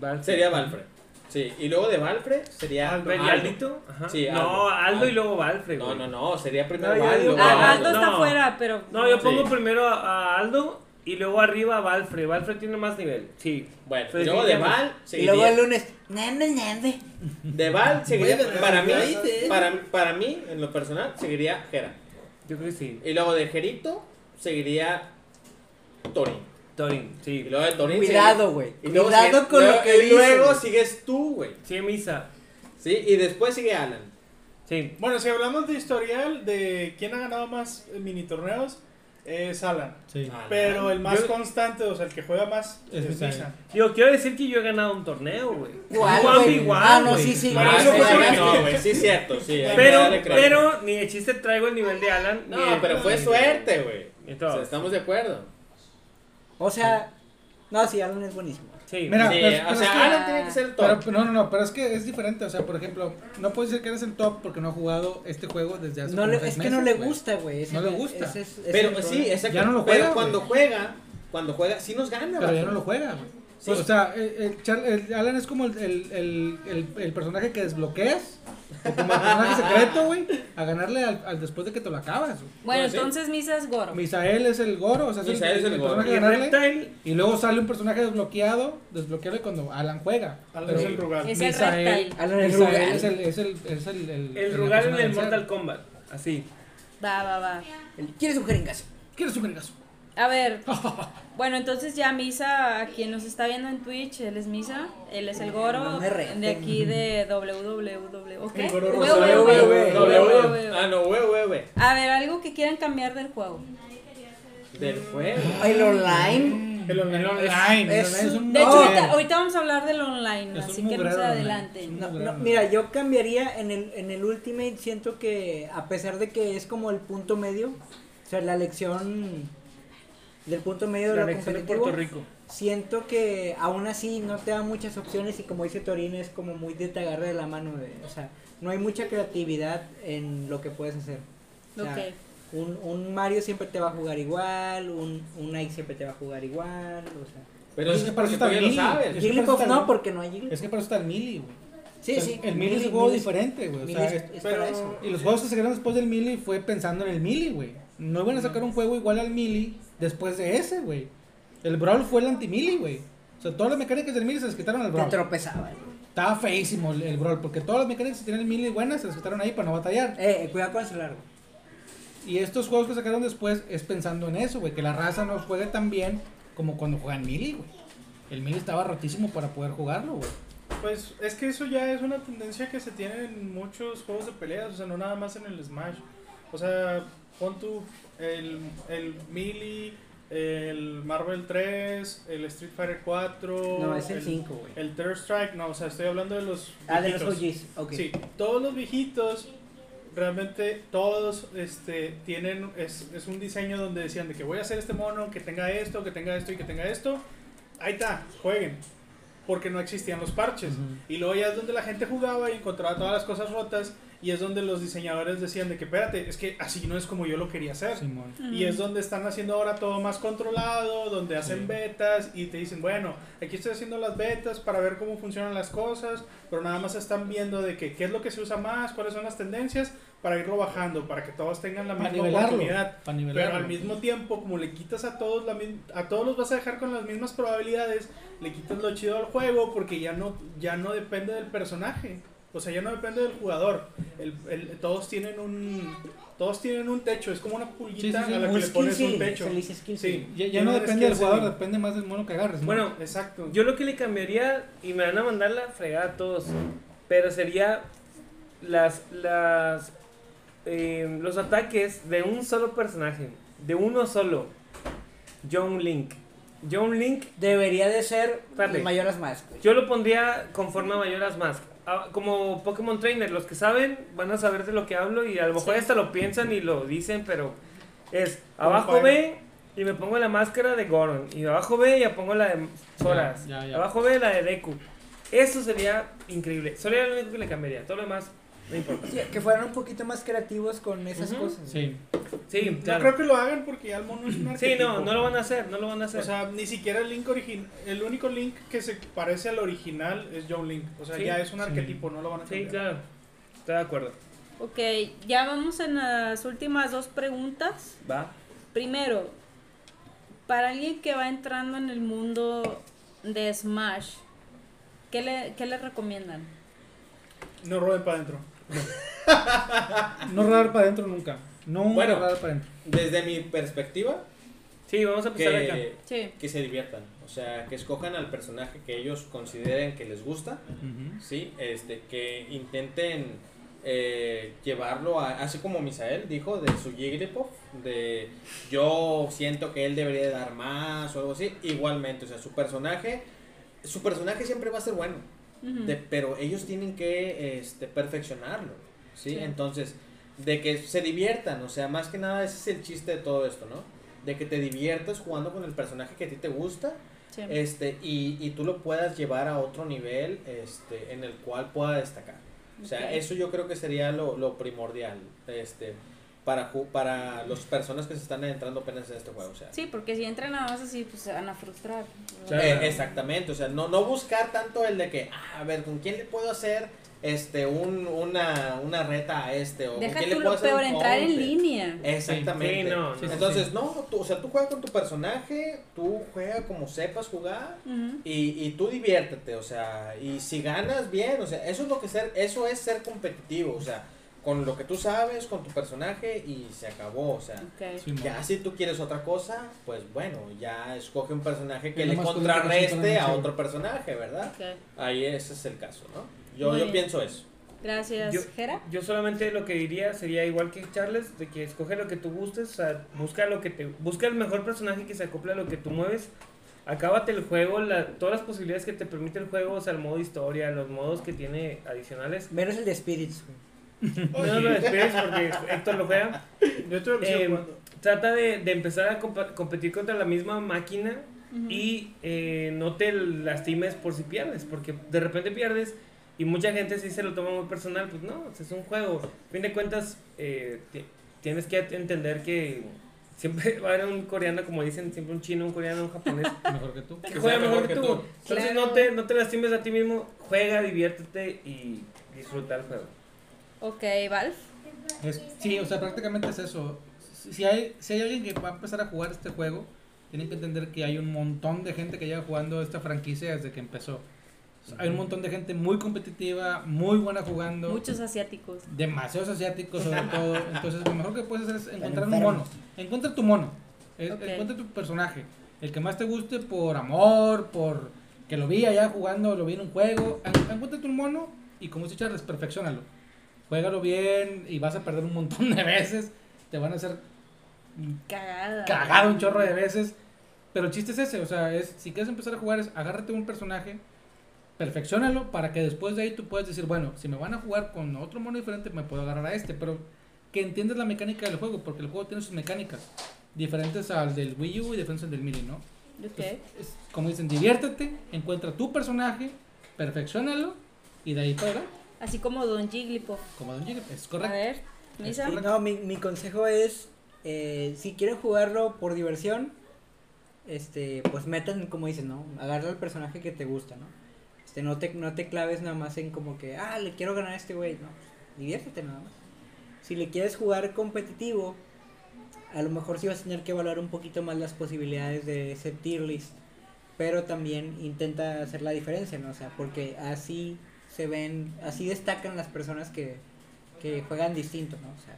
Speaker 4: Val-
Speaker 3: Sería Valfred. Sí. Y luego de Valfred sería.
Speaker 2: Aldo.
Speaker 4: Val- ¿Aldito? Ajá.
Speaker 3: Sí, Aldo.
Speaker 4: No, Aldo y luego Valfred,
Speaker 3: No,
Speaker 4: güey.
Speaker 3: no, no. Sería primero
Speaker 4: No, yo
Speaker 3: Aldo.
Speaker 4: digo-
Speaker 3: güey.
Speaker 1: Ah, Aldo
Speaker 4: no.
Speaker 1: está fuera, pero.
Speaker 4: No, yo pongo
Speaker 3: Sí.
Speaker 4: primero a a Aldo y luego arriba a Valfred. Valfred tiene más nivel. Sí.
Speaker 3: Bueno,
Speaker 4: Pues,
Speaker 3: luego de
Speaker 4: digamos.
Speaker 3: Val.
Speaker 5: Y luego
Speaker 3: seguiría-
Speaker 5: el lunes, nande, nande.
Speaker 3: De Val seguiría,
Speaker 5: Güey, pero
Speaker 3: para, mí,
Speaker 5: lo dices.
Speaker 3: para, para mí, en lo personal, seguiría Jera.
Speaker 4: Yo creo que sí.
Speaker 3: Y luego de Jerito seguiría Torin.
Speaker 4: Torin,
Speaker 3: Y
Speaker 4: sí.
Speaker 3: luego de Torin
Speaker 5: Cuidado, güey.
Speaker 3: Y luego
Speaker 5: Cuidado
Speaker 3: sigue-
Speaker 5: con
Speaker 3: luego-
Speaker 5: lo que
Speaker 3: Y
Speaker 5: dices.
Speaker 3: luego
Speaker 5: güey.
Speaker 3: sigues tú, güey.
Speaker 4: Sí, Misa.
Speaker 3: ¿Sí? Y después sigue Alan.
Speaker 4: Sí.
Speaker 2: Bueno, si hablamos de historial, de quién ha ganado más eh, mini torneos, es Alan.
Speaker 6: Sí.
Speaker 3: Alan.
Speaker 2: Pero el más
Speaker 4: Yo-
Speaker 2: constante, o sea, el que juega más,
Speaker 6: Es
Speaker 2: es,
Speaker 6: Misael.
Speaker 2: Misa.
Speaker 4: Yo quiero decir que yo he ganado un torneo, güey.
Speaker 5: ¿Cuál,
Speaker 4: Juan
Speaker 5: güey?
Speaker 4: Bigual,
Speaker 5: Ah, no,
Speaker 4: güey.
Speaker 5: sí, sí.
Speaker 2: Bueno,
Speaker 5: güey. Este,
Speaker 2: eso
Speaker 3: sí,
Speaker 2: fue
Speaker 5: Sí,
Speaker 2: suerte.
Speaker 3: no, güey, sí es cierto, sí. hay que
Speaker 4: Pero,
Speaker 3: darle crédito.
Speaker 4: pero ni de chiste traigo el nivel de Alan. ni
Speaker 3: No,
Speaker 4: de-
Speaker 3: pero fue suerte, güey. O
Speaker 4: Entonces.
Speaker 3: sea, estamos de acuerdo.
Speaker 5: O sea, no, sí, Alan es buenísimo.
Speaker 4: Sí.
Speaker 6: Mira,
Speaker 3: Sí, o
Speaker 6: pero- pero es que-
Speaker 3: sea, Alan tiene que ser el
Speaker 6: Pero,
Speaker 3: top.
Speaker 6: no, no, no, pero es que es diferente. O sea, por ejemplo, no puedes decir que eres el top porque no ha jugado este juego desde hace
Speaker 5: No
Speaker 6: como
Speaker 5: le-
Speaker 6: seis
Speaker 5: es que no le
Speaker 6: meses, güey.
Speaker 5: gusta, güey. ese-
Speaker 6: No le gusta.
Speaker 5: ese es- ese es
Speaker 3: Pero
Speaker 5: el
Speaker 3: sí,
Speaker 5: problema.
Speaker 3: exacto.
Speaker 6: Ya no lo
Speaker 3: Pero
Speaker 6: juega,
Speaker 3: cuando
Speaker 6: güey.
Speaker 3: juega, cuando juega, sí nos gana,
Speaker 6: Pero
Speaker 3: vato.
Speaker 6: ya no lo juega, güey.
Speaker 3: Sí.
Speaker 6: O sea, el, el Char- el Alan es como el, el, el, el, el personaje que desbloqueas, o como el personaje secreto, güey, a ganarle al, al después de que te lo acabas. güey.
Speaker 1: bueno,
Speaker 3: Bueno, sí.
Speaker 1: entonces Misa es Goro.
Speaker 6: Misael es el Goro, o sea, es el,
Speaker 3: Misael es el
Speaker 6: el
Speaker 3: Goro.
Speaker 6: personaje
Speaker 4: Y
Speaker 6: a ganarle.
Speaker 4: Reptile,
Speaker 6: Y luego sale un personaje desbloqueado, desbloqueable cuando Alan juega.
Speaker 2: Alan
Speaker 6: Pero
Speaker 2: es el Rugal.
Speaker 1: Es el Reptile.
Speaker 5: Alan es
Speaker 6: Misael
Speaker 5: Rugal.
Speaker 6: es el, es el, es el, el,
Speaker 4: el
Speaker 6: la
Speaker 4: Rugal en
Speaker 6: persona
Speaker 4: el
Speaker 6: del
Speaker 4: Mortal
Speaker 6: cero.
Speaker 4: Kombat. Así.
Speaker 1: Va, va, va.
Speaker 5: El- ¿Quieres un jeringazo?
Speaker 6: ¿Quieres un vergazo?
Speaker 1: A ver. Bueno, entonces ya Misa, a quien nos está viendo en Twitch, él es Misa, él es el Goro,
Speaker 5: No me reten.
Speaker 1: de aquí de www. ¿ok?
Speaker 2: El Goro
Speaker 1: Www.
Speaker 2: Rosario.
Speaker 5: Www.
Speaker 3: No, güey, güey.
Speaker 1: Www.
Speaker 3: Ah, no, güey, güey, güey.
Speaker 1: A ver, algo que quieran cambiar del juego.
Speaker 3: Del juego.
Speaker 5: El online.
Speaker 2: El online.
Speaker 6: online.
Speaker 5: es-
Speaker 6: el online es un
Speaker 1: De hecho,
Speaker 5: No.
Speaker 1: ahorita, ahorita vamos a hablar del online,
Speaker 6: Es un
Speaker 1: así que no
Speaker 6: mugrero
Speaker 1: se
Speaker 6: online.
Speaker 1: adelanten.
Speaker 5: No,
Speaker 6: Muy
Speaker 5: no,
Speaker 6: grande.
Speaker 5: mira, yo cambiaría en el, en el Ultimate. Siento que, a pesar de que es como el punto medio, o sea, la elección del punto medio
Speaker 4: La
Speaker 5: de lo
Speaker 4: elección de Puerto
Speaker 5: competitivo,
Speaker 4: Rico.
Speaker 5: siento que aún así no te da muchas opciones. Y como dice Torín, es como muy de te agarre de la mano. de- o sea, no hay mucha creatividad en lo que puedes hacer. O sea,
Speaker 1: Ok.
Speaker 5: un, un Mario siempre te va a jugar igual, un, un Ike siempre te va a jugar igual. O sea,
Speaker 3: Pero
Speaker 6: Es que para
Speaker 3: porque
Speaker 6: eso está
Speaker 3: tú ya lo
Speaker 6: Billy.
Speaker 3: sabes.
Speaker 5: Jigglypuff
Speaker 6: parece
Speaker 5: no,
Speaker 6: también-
Speaker 5: porque no hay Jigglypuff.
Speaker 6: Es que para eso está el Mili, güey. O
Speaker 5: Sí,
Speaker 6: sea,
Speaker 5: sí.
Speaker 6: El Mili es un juego diferente, güey. O sea, es-
Speaker 5: es
Speaker 2: pero-
Speaker 5: para eso.
Speaker 6: y los juegos que se crearon después del Mili fue pensando en el Mili, güey. No iban a sacar un juego igual al Mili después de ese, güey. El Brawl fue el anti-Mili, güey. O sea, todas las mecánicas del Mili se las quitaron al
Speaker 5: Te
Speaker 6: Brawl.
Speaker 5: tropezaba.
Speaker 6: Estaba feísimo el, el Brawl, porque todas las mecánicas que tenían el Mili buenas se las quitaron ahí para no batallar.
Speaker 5: Eh, eh, cuidado con el celular. güey.
Speaker 6: Y estos juegos que sacaron después es pensando en eso, güey. Que la raza no juegue tan bien como cuando juegan Mili, güey. El Mili estaba rotísimo para poder jugarlo, güey.
Speaker 2: Pues es que eso ya es una tendencia que se tiene en muchos juegos de peleas, o sea, no nada más en el Smash. O sea, pon tu el, el Melee, el Marvel 3, el Street Fighter 4.
Speaker 5: No, es el 5, güey.
Speaker 2: El Third Strike, no, o sea, estoy hablando de los.
Speaker 5: Ah, de los
Speaker 2: viejitos.
Speaker 5: OGs. Ok.
Speaker 2: Sí, todos los viejitos, realmente todos este, tienen, es, es un diseño donde decían de que voy a hacer este mono, que tenga esto, que tenga esto y que tenga esto. Ahí está, jueguen. Porque no existían los parches. Y luego ya es donde la gente jugaba y encontraba todas las cosas rotas. Y es donde los diseñadores decían de que, espérate, es que así no es como yo lo quería hacer.
Speaker 6: Simón.
Speaker 1: Mm.
Speaker 2: Y es donde están haciendo ahora todo más controlado, donde hacen betas y te dicen, bueno, aquí estoy haciendo las betas para ver cómo funcionan las cosas, pero nada más están viendo de que qué es lo que se usa más, cuáles son las tendencias, para irlo bajando, para que todos tengan la
Speaker 6: Para
Speaker 2: misma
Speaker 6: nivelarlo.
Speaker 2: oportunidad.
Speaker 6: Para
Speaker 2: Pero
Speaker 6: nivelarlo.
Speaker 2: al mismo tiempo, como le quitas a todos la mis- a todos los vas a dejar con las mismas probabilidades, le quitas lo chido al juego porque ya no ya no depende del personaje. O O sea, ya no depende del jugador. El- el- todos tienen un todos tienen un techo, es como una pulguita
Speaker 6: Sí, sí, sí,
Speaker 2: a la
Speaker 6: un
Speaker 2: que le pones
Speaker 5: skill
Speaker 2: un
Speaker 5: ceiling,
Speaker 2: techo.
Speaker 5: se le dice skill
Speaker 2: Sí,
Speaker 5: ceiling.
Speaker 6: Ya, ya no
Speaker 2: tienes
Speaker 6: depende del
Speaker 2: skill
Speaker 6: jugador,
Speaker 2: ceiling.
Speaker 6: depende más del mono que agarres. ¿no?
Speaker 4: Bueno,
Speaker 2: Exacto.
Speaker 4: Yo lo que le cambiaría, y me van a mandar la fregada a todos, pero sería las, las, eh, los ataques de un solo personaje, de uno solo. John Link. John Link,
Speaker 5: Debería de ser
Speaker 4: Dale.
Speaker 5: mayoras más, güey.
Speaker 4: yo lo pondría conforme a Mayoras Mask. Ah, Como Pokémon Trainer, los que saben van a saber de lo que hablo y a lo mejor hasta lo piensan y lo dicen, pero es abajo
Speaker 2: Como
Speaker 4: ve y me pongo la máscara de Goron. Y abajo ve y ya pongo la de Soras.
Speaker 6: Ya, ya, ya.
Speaker 4: Abajo ve la de Deku. Eso sería increíble. Solo era lo único que le cambiaría. Todo lo demás no importa.
Speaker 5: Sí, que fueran un poquito más creativos con esas
Speaker 4: Ujú.
Speaker 5: cosas.
Speaker 6: Sí.
Speaker 4: Sí,
Speaker 2: No
Speaker 4: claro.
Speaker 2: creo que lo hagan porque ya el mono es un
Speaker 4: Sí, no,
Speaker 2: arquetipo.
Speaker 4: no lo van a hacer, no lo van a hacer.
Speaker 2: O sea, ni siquiera el link original, el único link que se parece al original es John Link. O sea,
Speaker 4: Sí,
Speaker 2: ya es un
Speaker 6: sí.
Speaker 2: arquetipo, no lo van a
Speaker 4: sí,
Speaker 2: cambiar.
Speaker 4: claro. Estoy de acuerdo.
Speaker 1: Ok, ya vamos en las últimas dos preguntas.
Speaker 4: Va.
Speaker 1: Primero, para alguien que va entrando en el mundo de Smash, ¿qué le, qué le recomiendan?
Speaker 2: No roben para adentro.
Speaker 6: No rodar para adentro nunca. No
Speaker 3: Bueno.
Speaker 6: rodar para adentro.
Speaker 3: Desde mi perspectiva,
Speaker 4: Sí, vamos a empezar acá.
Speaker 3: que,
Speaker 1: Sí.
Speaker 3: que se diviertan. O sea, que escojan al personaje que ellos consideren que les gusta. Sí, este, que intenten eh, llevarlo a, así como Misael dijo de su Jigglypuff, de yo siento que él debería dar más o algo así, igualmente, o sea, su personaje, su personaje siempre va a ser bueno,
Speaker 1: Ujú.
Speaker 3: de- pero ellos tienen que este, perfeccionarlo, ¿sí? Entonces, de que se diviertan, o sea, más que nada ese es el chiste de todo esto, ¿no? De que te diviertas jugando con el personaje que a ti te gusta
Speaker 1: Sí.
Speaker 3: este y, y tú lo puedas llevar a otro nivel este en el cual pueda destacar o sea
Speaker 1: Ok.
Speaker 3: eso yo creo que sería lo, lo primordial este para ju- para las personas que se están adentrando apenas en este juego o sea
Speaker 1: Sí, porque si entran nada más así, pues se van a frustrar.
Speaker 6: Claro.
Speaker 3: eh, exactamente o sea no no buscar tanto el de que ah, a ver con quién le puedo hacer este un, una, una reta a este o
Speaker 1: Deja
Speaker 3: con quién
Speaker 1: tú
Speaker 3: le puedo
Speaker 1: lo
Speaker 3: hacer
Speaker 1: peor,
Speaker 3: un
Speaker 1: entrar en
Speaker 3: counter".
Speaker 1: línea.
Speaker 3: Exactamente.
Speaker 4: Sí, no, no.
Speaker 3: Entonces, no, tú- o sea, tú juegas con tu personaje, tú juegas como sepas jugar,
Speaker 1: Ujú.
Speaker 3: Y, y tú diviértete, o sea, y si ganas bien, o sea, eso es lo que ser, eso es ser competitivo, o sea, con lo que tú sabes, con tu personaje y se acabó, o sea,
Speaker 1: Ok.
Speaker 6: Sí, mo.
Speaker 3: ya si tú quieres otra cosa, pues bueno, ya escoge un personaje que
Speaker 6: Y
Speaker 3: le
Speaker 6: nomás con el
Speaker 3: contrarreste
Speaker 6: personaje,
Speaker 3: a
Speaker 6: sí.
Speaker 3: otro personaje, ¿verdad?
Speaker 1: Ok.
Speaker 3: Ahí ese es el caso, ¿no? Yo,
Speaker 1: Muy
Speaker 3: yo
Speaker 1: bien.
Speaker 3: pienso eso.
Speaker 1: Gracias,
Speaker 4: Yo-
Speaker 1: Jera.
Speaker 4: Yo solamente lo que diría sería igual que Charles, de que escoge lo que tú gustes, o sea, busca lo que te busca el mejor personaje que se acople a lo que tú mueves. Acábate el juego, la- todas las posibilidades que te permite el juego, o sea, el modo historia, los modos que tiene adicionales.
Speaker 5: Menos el de Spirits, güey.
Speaker 4: No lo despegues porque Héctor lo juega.
Speaker 2: Yo estoy
Speaker 4: Eh,
Speaker 2: jugando.
Speaker 4: Trata de, de empezar a compa- competir contra la misma máquina
Speaker 1: Ujú.
Speaker 4: y eh, no te lastimes por si pierdes, porque de repente pierdes y mucha gente sí se lo toma muy personal, pues no, es un juego. A fin de cuentas, eh, ti- tienes que entender que siempre va a haber un coreano, como dicen, siempre un chino, un coreano, un japonés,
Speaker 6: Mejor que tú.
Speaker 4: que juega
Speaker 3: sea
Speaker 4: mejor que tú. Entonces
Speaker 1: Claro.
Speaker 4: no, te, no te lastimes a ti mismo, juega, diviértete y disfruta el juego.
Speaker 1: Ok, Valve.
Speaker 6: Es- sí, o sea, prácticamente es eso. Si si hay, si hay alguien que va a empezar a jugar este juego, tienen que entender que hay un montón de gente que lleva jugando esta franquicia desde que empezó. O sea, hay un montón de gente muy competitiva, muy buena jugando.
Speaker 1: Muchos asiáticos.
Speaker 6: Demasiados asiáticos sobre todo. Entonces lo mejor que puedes hacer es encontrar un
Speaker 5: enfermos.
Speaker 6: mono. Encuentra tu mono. E-
Speaker 1: Ok.
Speaker 6: Encuentra tu personaje. El que más te guste por amor, por que lo vi allá jugando, lo vi en un juego. En- Encuentra tu mono y como dice Charles, perfeccionalo. Juégalo bien y vas a perder un montón de veces. Te van a hacer
Speaker 1: Cagada.
Speaker 6: cagado un chorro de veces. Pero el chiste es ese, o sea, es si quieres empezar a jugar es agárrate un personaje, perfeccionalo para que después de ahí tú puedas decir, bueno, si me van a jugar con otro mono diferente me puedo agarrar a este, pero que entiendas la mecánica del juego, porque el juego tiene sus mecánicas diferentes al del Wii U y diferentes al del Mini, ¿no?
Speaker 1: Ok.
Speaker 6: Es como dicen, diviértete, encuentra tu personaje, perfeccionalo y de ahí para adelante,
Speaker 1: Así como Don Jigglypuff.
Speaker 6: como Don Jigglypuff, es
Speaker 1: A
Speaker 6: correcto.
Speaker 1: ver, Misa.
Speaker 5: No, mi, mi consejo es, eh, si quieren jugarlo por diversión, este, pues metan, como dicen, ¿no? Agarra el personaje que te gusta, ¿no? Este, no te, no te claves nada más en como que, ah, le quiero ganar a este güey, no. Diviértete nada más. Si le quieres jugar competitivo, a lo mejor sí vas a tener que evaluar un poquito más las posibilidades de ese tier list. Pero también intenta hacer la diferencia, ¿no? O sea, porque así se ven, así destacan las personas que, que juegan distinto, ¿no? O sea,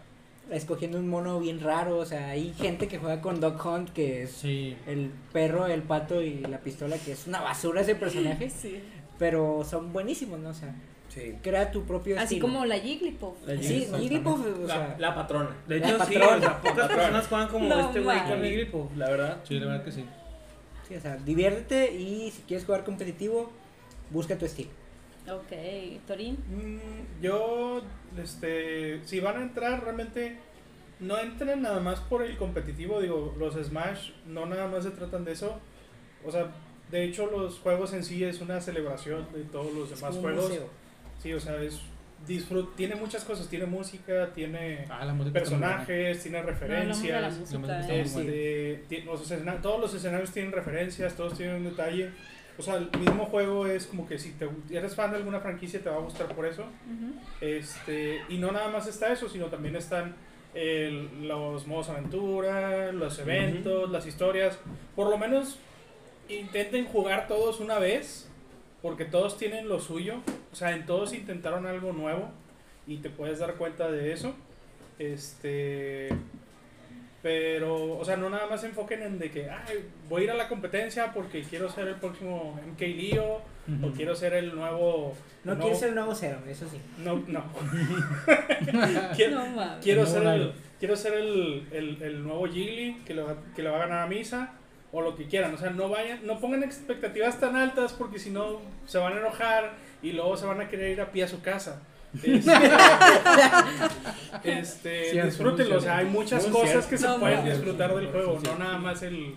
Speaker 5: escogiendo un mono bien raro, o sea, hay gente que juega con Dog Hunt, que es
Speaker 6: Sí.
Speaker 5: el perro, el pato y la pistola, que es una basura ese personaje,
Speaker 1: Sí.
Speaker 5: pero son buenísimos, ¿no? O sea,
Speaker 3: Sí.
Speaker 5: crea tu propio
Speaker 1: Así
Speaker 5: estilo.
Speaker 1: como la Jigglypuff.
Speaker 3: La
Speaker 5: Sí,
Speaker 3: Jigglypuff.
Speaker 5: Jigglypuff, o
Speaker 3: La,
Speaker 5: sea,
Speaker 3: la patrona.
Speaker 4: De
Speaker 5: La
Speaker 4: hecho, sí,
Speaker 5: patrona.
Speaker 4: o sea, pocas personas juegan como
Speaker 1: No
Speaker 4: este güey con
Speaker 1: mames.
Speaker 4: mi gripo, la verdad.
Speaker 6: Sí, la verdad que sí.
Speaker 5: sí, o sea, diviértete y si quieres jugar competitivo, busca tu estilo.
Speaker 1: Ok, Torín.
Speaker 2: Mm, yo, este, si van a entrar, realmente no entren nada más por el competitivo. Digo, los Smash no nada más se tratan de eso. O sea, de hecho, los juegos en sí es una celebración de todos los
Speaker 5: Es
Speaker 2: demás
Speaker 5: como un
Speaker 2: juegos.
Speaker 5: museo.
Speaker 2: Sí, o sea, es disfrut tiene muchas cosas. Tiene música, tiene
Speaker 6: Ah, la música está muy buena.
Speaker 2: personajes, tiene
Speaker 1: No hablamos de la
Speaker 2: referencias.
Speaker 6: no me
Speaker 1: música.
Speaker 6: gusta
Speaker 1: ¿eh?
Speaker 6: mucho.
Speaker 2: Este, ti- los escena- todos los escenarios tienen referencias, todos tienen un detalle. O sea, el mismo juego es como que si te, gu- eres fan de alguna franquicia te va a gustar por eso.
Speaker 1: Ujú.
Speaker 2: Este, y no nada más está eso, sino también están el- los modos aventura, los eventos, las historias. Por lo menos intenten jugar todos una vez, porque todos tienen lo suyo. O sea, en todos intentaron algo nuevo y te puedes dar cuenta de eso. Este. Pero, o sea, no nada más se enfoquen en de que, "Ay, voy a ir a la competencia porque quiero ser el próximo MK Leo o
Speaker 6: Ujú.
Speaker 2: quiero ser el nuevo.
Speaker 5: No,
Speaker 2: no-
Speaker 5: quieres ser el nuevo cero, eso sí.
Speaker 2: no, no. quiero,
Speaker 1: No mames.
Speaker 2: quiero
Speaker 6: El nuevo
Speaker 2: ser, el,
Speaker 6: Nairo.
Speaker 2: quiero ser el, el- el nuevo Gigli que le, va, que le va a ganar a Misa o lo que quieran. O sea, no vayan, no pongan expectativas tan altas porque si no se van a enojar y luego se van a querer ir a pie a su casa. Este, este,
Speaker 6: Cierto,
Speaker 2: disfrútenlo,
Speaker 6: muy
Speaker 2: o sea, hay muchas
Speaker 6: Muy
Speaker 2: cosas
Speaker 6: cierto.
Speaker 2: que se
Speaker 1: No
Speaker 2: pueden
Speaker 1: mames.
Speaker 2: disfrutar del juego,
Speaker 6: Sí, sí,
Speaker 2: no nada más el,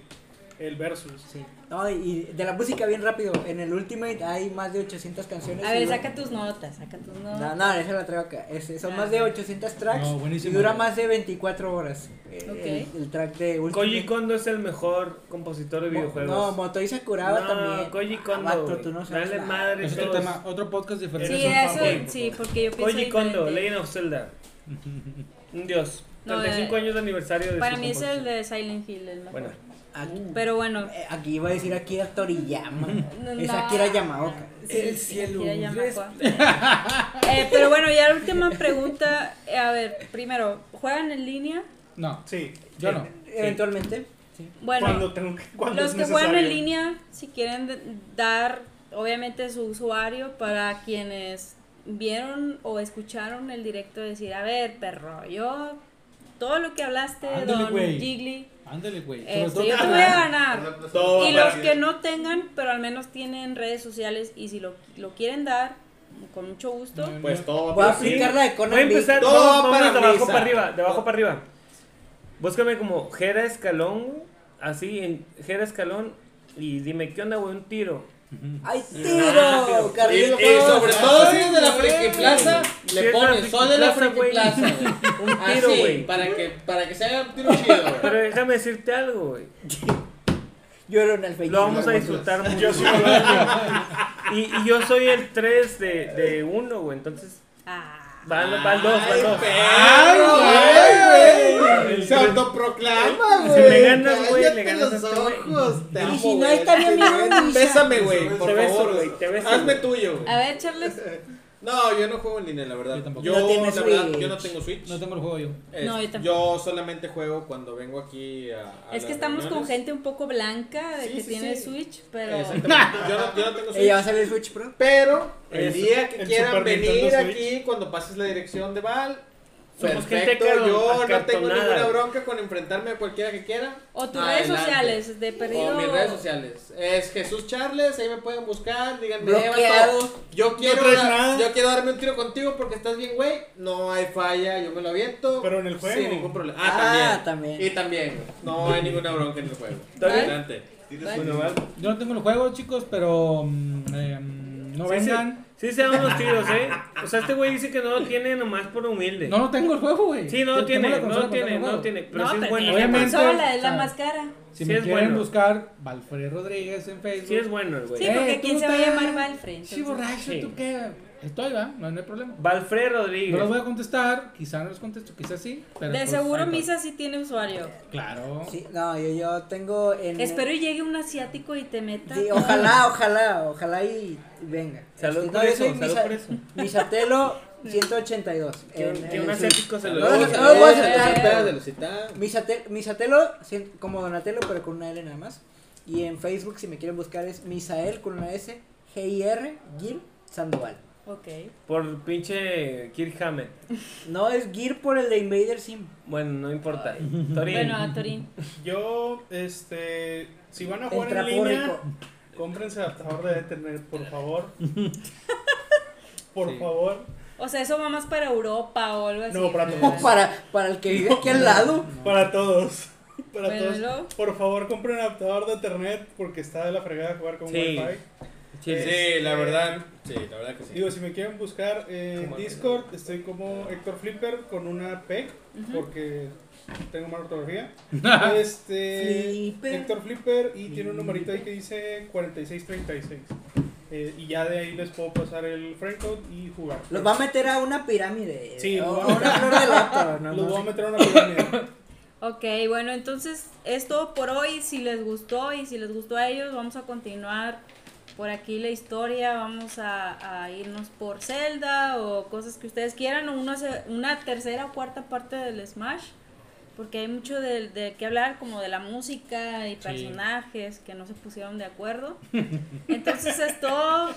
Speaker 2: el versus.
Speaker 5: Sí. No, y de la música bien rápido. En el Ultimate hay más de 800 canciones.
Speaker 1: A
Speaker 5: y
Speaker 1: ver,
Speaker 5: dura-
Speaker 1: saca tus notas, saca tus
Speaker 5: No,
Speaker 1: notas.
Speaker 5: no, esa la traigo acá. Este, son
Speaker 1: Ah.
Speaker 5: más de 800 tracks
Speaker 6: No,
Speaker 5: y
Speaker 6: buenísimo.
Speaker 5: dura más de 24 horas. eh,
Speaker 1: Ok.
Speaker 5: el, el track de Ultimate.
Speaker 4: Koji Kondo es el mejor compositor de
Speaker 5: Mo- No,
Speaker 4: videojuegos.
Speaker 5: Motoi Sakuraba
Speaker 4: No,
Speaker 5: también.
Speaker 4: Koji
Speaker 5: Ah,
Speaker 4: Kondo,
Speaker 5: vato,
Speaker 4: güey.
Speaker 5: tú no sabes
Speaker 4: Dale
Speaker 5: nada.
Speaker 4: madre
Speaker 6: Es otro
Speaker 4: todos.
Speaker 6: tema, otro podcast diferente.
Speaker 1: Sí,
Speaker 2: Eres un
Speaker 1: eso,
Speaker 2: fanboy.
Speaker 1: sí, porque yo pienso.
Speaker 4: Koji Kondo,
Speaker 1: diferente.
Speaker 4: Legend of Zelda. Un dios.
Speaker 1: No,
Speaker 4: 35
Speaker 1: eh,
Speaker 4: años de aniversario de
Speaker 1: Para
Speaker 4: su
Speaker 1: mí es el
Speaker 4: composición.
Speaker 1: de Silent Hill, el mejor.
Speaker 4: Bueno,
Speaker 5: Aquí,
Speaker 1: Pero bueno.
Speaker 5: eh, aquí iba a decir Akira Toriyama.
Speaker 1: Uh. No,
Speaker 5: es
Speaker 1: no.
Speaker 5: Akira Yamaoka.
Speaker 1: Sí,
Speaker 5: El
Speaker 1: sí,
Speaker 5: cielo
Speaker 1: Akira Yamaoka. Eh, pero bueno, ya la última pregunta. eh, A ver, primero, ¿juegan en línea?
Speaker 6: No,
Speaker 2: Sí,
Speaker 6: yo no.
Speaker 5: Eventualmente. Sí.
Speaker 1: Bueno,
Speaker 2: cuando tengo que- cuando
Speaker 1: los
Speaker 2: es
Speaker 1: que juegan en
Speaker 2: necesario.
Speaker 1: línea, si quieren de- dar, obviamente, su usuario para quienes vieron o escucharon el directo decir, a ver, perro, yo, todo lo que hablaste,
Speaker 6: Ándale,
Speaker 1: don
Speaker 6: güey.
Speaker 1: Gigli,
Speaker 6: Ándale, güey.
Speaker 1: este,
Speaker 6: Sobre todo
Speaker 1: yo
Speaker 6: que
Speaker 1: te voy a ganar.
Speaker 3: Todo
Speaker 1: Y
Speaker 3: va
Speaker 1: los que no tengan, pero al menos tienen redes sociales y si lo, lo quieren dar, con mucho gusto.
Speaker 3: Pues todo va
Speaker 5: Voy a
Speaker 3: para ti.
Speaker 5: aplicar la de Conan
Speaker 4: Voy a empezar
Speaker 5: Big.
Speaker 3: Todo
Speaker 4: vamos-
Speaker 3: para
Speaker 4: vámonos de abajo
Speaker 3: misa.
Speaker 4: para arriba, de abajo para arriba. Búscame como Jera Escalón, güey, así en Jera Escalón y dime qué onda, güey, un tiro.
Speaker 5: ¡Ay,
Speaker 3: Ah,
Speaker 5: tiro!
Speaker 3: Y,
Speaker 5: Carlitos. Ah,
Speaker 3: y sobre todo si es de la
Speaker 5: Ay,
Speaker 3: Friki Plaza,
Speaker 4: Sí, es de
Speaker 7: Le
Speaker 4: la
Speaker 7: ponen,
Speaker 4: Friki
Speaker 7: son de la
Speaker 4: Plaza,
Speaker 7: Friki
Speaker 4: güey.
Speaker 7: Plaza, güey.
Speaker 4: Un tiro,
Speaker 7: Así,
Speaker 4: güey.
Speaker 7: para que, para que se haga un tiro chido, güey.
Speaker 4: Pero déjame decirte algo, güey.
Speaker 5: Yo era un alfeñique.
Speaker 4: Lo vamos a disfrutar mucho. y, y yo soy el 3 de, de 1, güey. Entonces,
Speaker 1: Ah,
Speaker 4: va al 2, va al 2.
Speaker 7: ¡Ay, perro, güey! Se autoproclama, güey.
Speaker 4: Si me ganas, güey,
Speaker 7: Cállate
Speaker 4: le ganas a
Speaker 7: los
Speaker 4: este güey.
Speaker 7: ojos. Te
Speaker 5: Y
Speaker 7: amo,
Speaker 5: si no,
Speaker 7: güey.
Speaker 5: ahí está mi amigo.
Speaker 7: Bésame, güey,
Speaker 4: Te
Speaker 7: por
Speaker 4: beso,
Speaker 7: favor,
Speaker 4: güey,
Speaker 7: güey.
Speaker 4: te beso,
Speaker 7: Hazme
Speaker 4: güey.
Speaker 7: tuyo, güey.
Speaker 1: A ver, Charles.
Speaker 7: No, yo no juego en línea, la verdad.
Speaker 6: Yo tampoco.
Speaker 7: Yo,
Speaker 5: No tienes
Speaker 7: la verdad,
Speaker 5: Switch.
Speaker 7: yo no tengo Switch.
Speaker 6: No tengo el juego yo.
Speaker 7: Es-
Speaker 1: No, yo tampoco.
Speaker 7: yo solamente juego cuando vengo aquí a. a
Speaker 1: Es que
Speaker 7: las
Speaker 1: estamos con
Speaker 7: reuniones.
Speaker 1: gente un poco blanca de
Speaker 7: Sí,
Speaker 1: que
Speaker 7: sí,
Speaker 1: tiene
Speaker 7: sí.
Speaker 1: Switch, pero
Speaker 7: Exactamente. Yo no, yo no tengo Switch.
Speaker 5: Ella va a salir Switch Pro.
Speaker 7: Pero el
Speaker 2: El
Speaker 7: día
Speaker 2: su-
Speaker 7: que
Speaker 2: el
Speaker 7: quieran
Speaker 2: Super
Speaker 7: venir
Speaker 2: Nintendo
Speaker 7: aquí, cuando pases la dirección de Val,
Speaker 4: Somos
Speaker 7: perfecto.
Speaker 4: gente
Speaker 7: yo no tengo
Speaker 4: acartonada.
Speaker 7: ninguna bronca con enfrentarme a cualquiera que quiera.
Speaker 1: o tus
Speaker 7: Adelante.
Speaker 1: redes sociales de perdido.
Speaker 7: O mis redes sociales. Es Jesús Charles, ahí me pueden buscar, díganme, "Eh, vato,
Speaker 5: Bloqueado.
Speaker 7: yo quiero,
Speaker 2: traes
Speaker 7: dar-
Speaker 2: nada".
Speaker 7: yo quiero darme un tiro contigo porque estás bien, güey. No hay falla, yo me lo aviento.
Speaker 2: Pero en el juego.
Speaker 7: Sin ningún problema.
Speaker 5: Ah,
Speaker 7: Ah, también.
Speaker 5: también.
Speaker 7: Y también, güey. no hay ninguna bronca en el juego.
Speaker 1: Vale.
Speaker 7: Adelante.
Speaker 1: Bueno,
Speaker 6: Yo no tengo el juego, chicos, pero. mm, eh, mm, no
Speaker 4: Sí,
Speaker 6: vengan.
Speaker 4: Sí, se dan unos tiros, ¿eh? O sea, este güey dice que no lo tiene nomás por humilde.
Speaker 6: No, no tengo el juego, güey.
Speaker 4: sí, no lo
Speaker 6: Tengo
Speaker 4: tiene,
Speaker 6: la
Speaker 4: no
Speaker 6: consola,
Speaker 4: lo tiene,
Speaker 6: tengo el
Speaker 4: no
Speaker 6: juego.
Speaker 4: lo tiene. Pero
Speaker 1: no,
Speaker 4: sí es
Speaker 1: pero
Speaker 4: bueno.
Speaker 1: tiene
Speaker 6: Obviamente,
Speaker 1: consola, es la
Speaker 6: o sea,
Speaker 1: más cara.
Speaker 6: Si
Speaker 4: Sí
Speaker 6: me
Speaker 4: es
Speaker 6: quieren
Speaker 4: bueno.
Speaker 6: buscar, Valfred Rodríguez en Facebook.
Speaker 4: Sí es bueno el güey.
Speaker 1: pues. Sí, porque
Speaker 6: pues, eh, tú
Speaker 1: ¿quién se va a
Speaker 6: estás-
Speaker 1: llamar Valfred?
Speaker 6: Sí, borracho,
Speaker 4: Sí.
Speaker 6: ¿tú qué? Estoy, va, no no hay problema.
Speaker 4: Valfred
Speaker 6: No los
Speaker 4: Rodríguez.
Speaker 6: voy a contestar, quizá no los contesto, quizás sí. Pero
Speaker 1: De
Speaker 6: pues,
Speaker 1: seguro
Speaker 6: ahí está.
Speaker 1: Misa sí tiene usuario.
Speaker 6: Claro.
Speaker 5: Sí, no, yo, yo tengo en.
Speaker 1: Espero y llegue un asiático y te meta.
Speaker 5: Sí, ojalá, ojalá, ojalá y y venga.
Speaker 4: Salud
Speaker 5: Este,
Speaker 4: por
Speaker 5: no, yo
Speaker 4: eso,
Speaker 5: soy
Speaker 4: salud
Speaker 5: Misa-
Speaker 4: por eso.
Speaker 5: Misatelo 182.
Speaker 4: Que un-
Speaker 5: en-
Speaker 4: que
Speaker 5: en
Speaker 4: un
Speaker 5: el Switch.
Speaker 4: asiático se
Speaker 5: No,
Speaker 4: lo
Speaker 5: no,
Speaker 4: dé.
Speaker 5: no, no, voy a aceptar,
Speaker 7: Pedas
Speaker 5: pero-
Speaker 7: Eh, de Lucita.
Speaker 5: Misate- Misatelo, cien- como Donatello, pero con una L nada más. Y en Facebook, si me quieren buscar, es Misael con una S, G-I-R, Gil Sandoval.
Speaker 1: Ok.
Speaker 4: Por pinche Kirk Hammett.
Speaker 5: No es Gil por el de Invader Sim.
Speaker 4: Bueno, no importa. Torín.
Speaker 1: Bueno, a Torín.
Speaker 2: Yo, este. Si van a
Speaker 5: El
Speaker 2: jugar en línea,
Speaker 5: trapúrrico.
Speaker 2: cómprense adaptador de Ethernet, por favor. Por
Speaker 6: Sí.
Speaker 2: favor.
Speaker 1: O sea, eso va más para Europa o algo así.
Speaker 2: No, para
Speaker 1: ¿verdad?
Speaker 2: todos.
Speaker 5: Para, para el que vive aquí al lado.
Speaker 2: Para todos. Para
Speaker 1: Bueno,
Speaker 2: todos.
Speaker 1: luego.
Speaker 2: Por favor, compren un adaptador de Ethernet porque está de la fregada jugar con
Speaker 4: Sí.
Speaker 2: Wi-Fi.
Speaker 4: Sí.
Speaker 2: Sí, la verdad,
Speaker 7: Sí, la verdad que
Speaker 2: Digo, si me quieren buscar en Discord, estoy como Héctor Flipper con una P, porque tengo mala ortografía. este,
Speaker 5: Flipper.
Speaker 2: Héctor Flipper y tiene un numerito ahí que dice 4636. Eh, y ya de ahí les puedo pasar el framecode y jugar.
Speaker 5: Los va a meter a una pirámide.
Speaker 2: Sí,
Speaker 5: o
Speaker 2: lo
Speaker 5: a
Speaker 2: va a
Speaker 5: una flor de lata. nada
Speaker 2: Los
Speaker 5: más.
Speaker 2: voy a meter a una pirámide.
Speaker 1: Ok, bueno, entonces es todo por hoy. Si les gustó y si les gustó a ellos, vamos a continuar por aquí la historia. Vamos a, a irnos por Zelda o cosas que ustedes quieran. O una, se- una tercera o cuarta parte del Smash. Porque hay mucho de, de qué hablar, como de la música y personajes que no se pusieron de acuerdo. Entonces es todo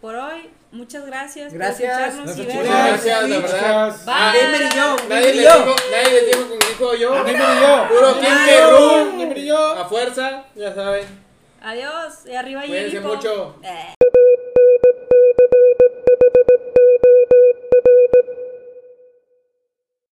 Speaker 1: por hoy. Muchas gracias. por
Speaker 5: Gracias.
Speaker 1: escucharnos y
Speaker 6: Gracias,
Speaker 1: vernos.
Speaker 6: chicos.
Speaker 7: Gracias, la verdad.
Speaker 1: Bye.
Speaker 5: Gamer y yo,
Speaker 7: Nadie
Speaker 5: Gamer y
Speaker 7: les
Speaker 5: yo.
Speaker 7: dijo, nadie les dijo con dijo yo.
Speaker 6: brilló!
Speaker 7: Puro quien
Speaker 5: Ay,
Speaker 7: que
Speaker 5: no.
Speaker 7: rule, A fuerza, ya saben.
Speaker 1: Adiós. Y arriba
Speaker 7: Cuídense
Speaker 1: Yeripo.
Speaker 7: mucho.
Speaker 1: Eh.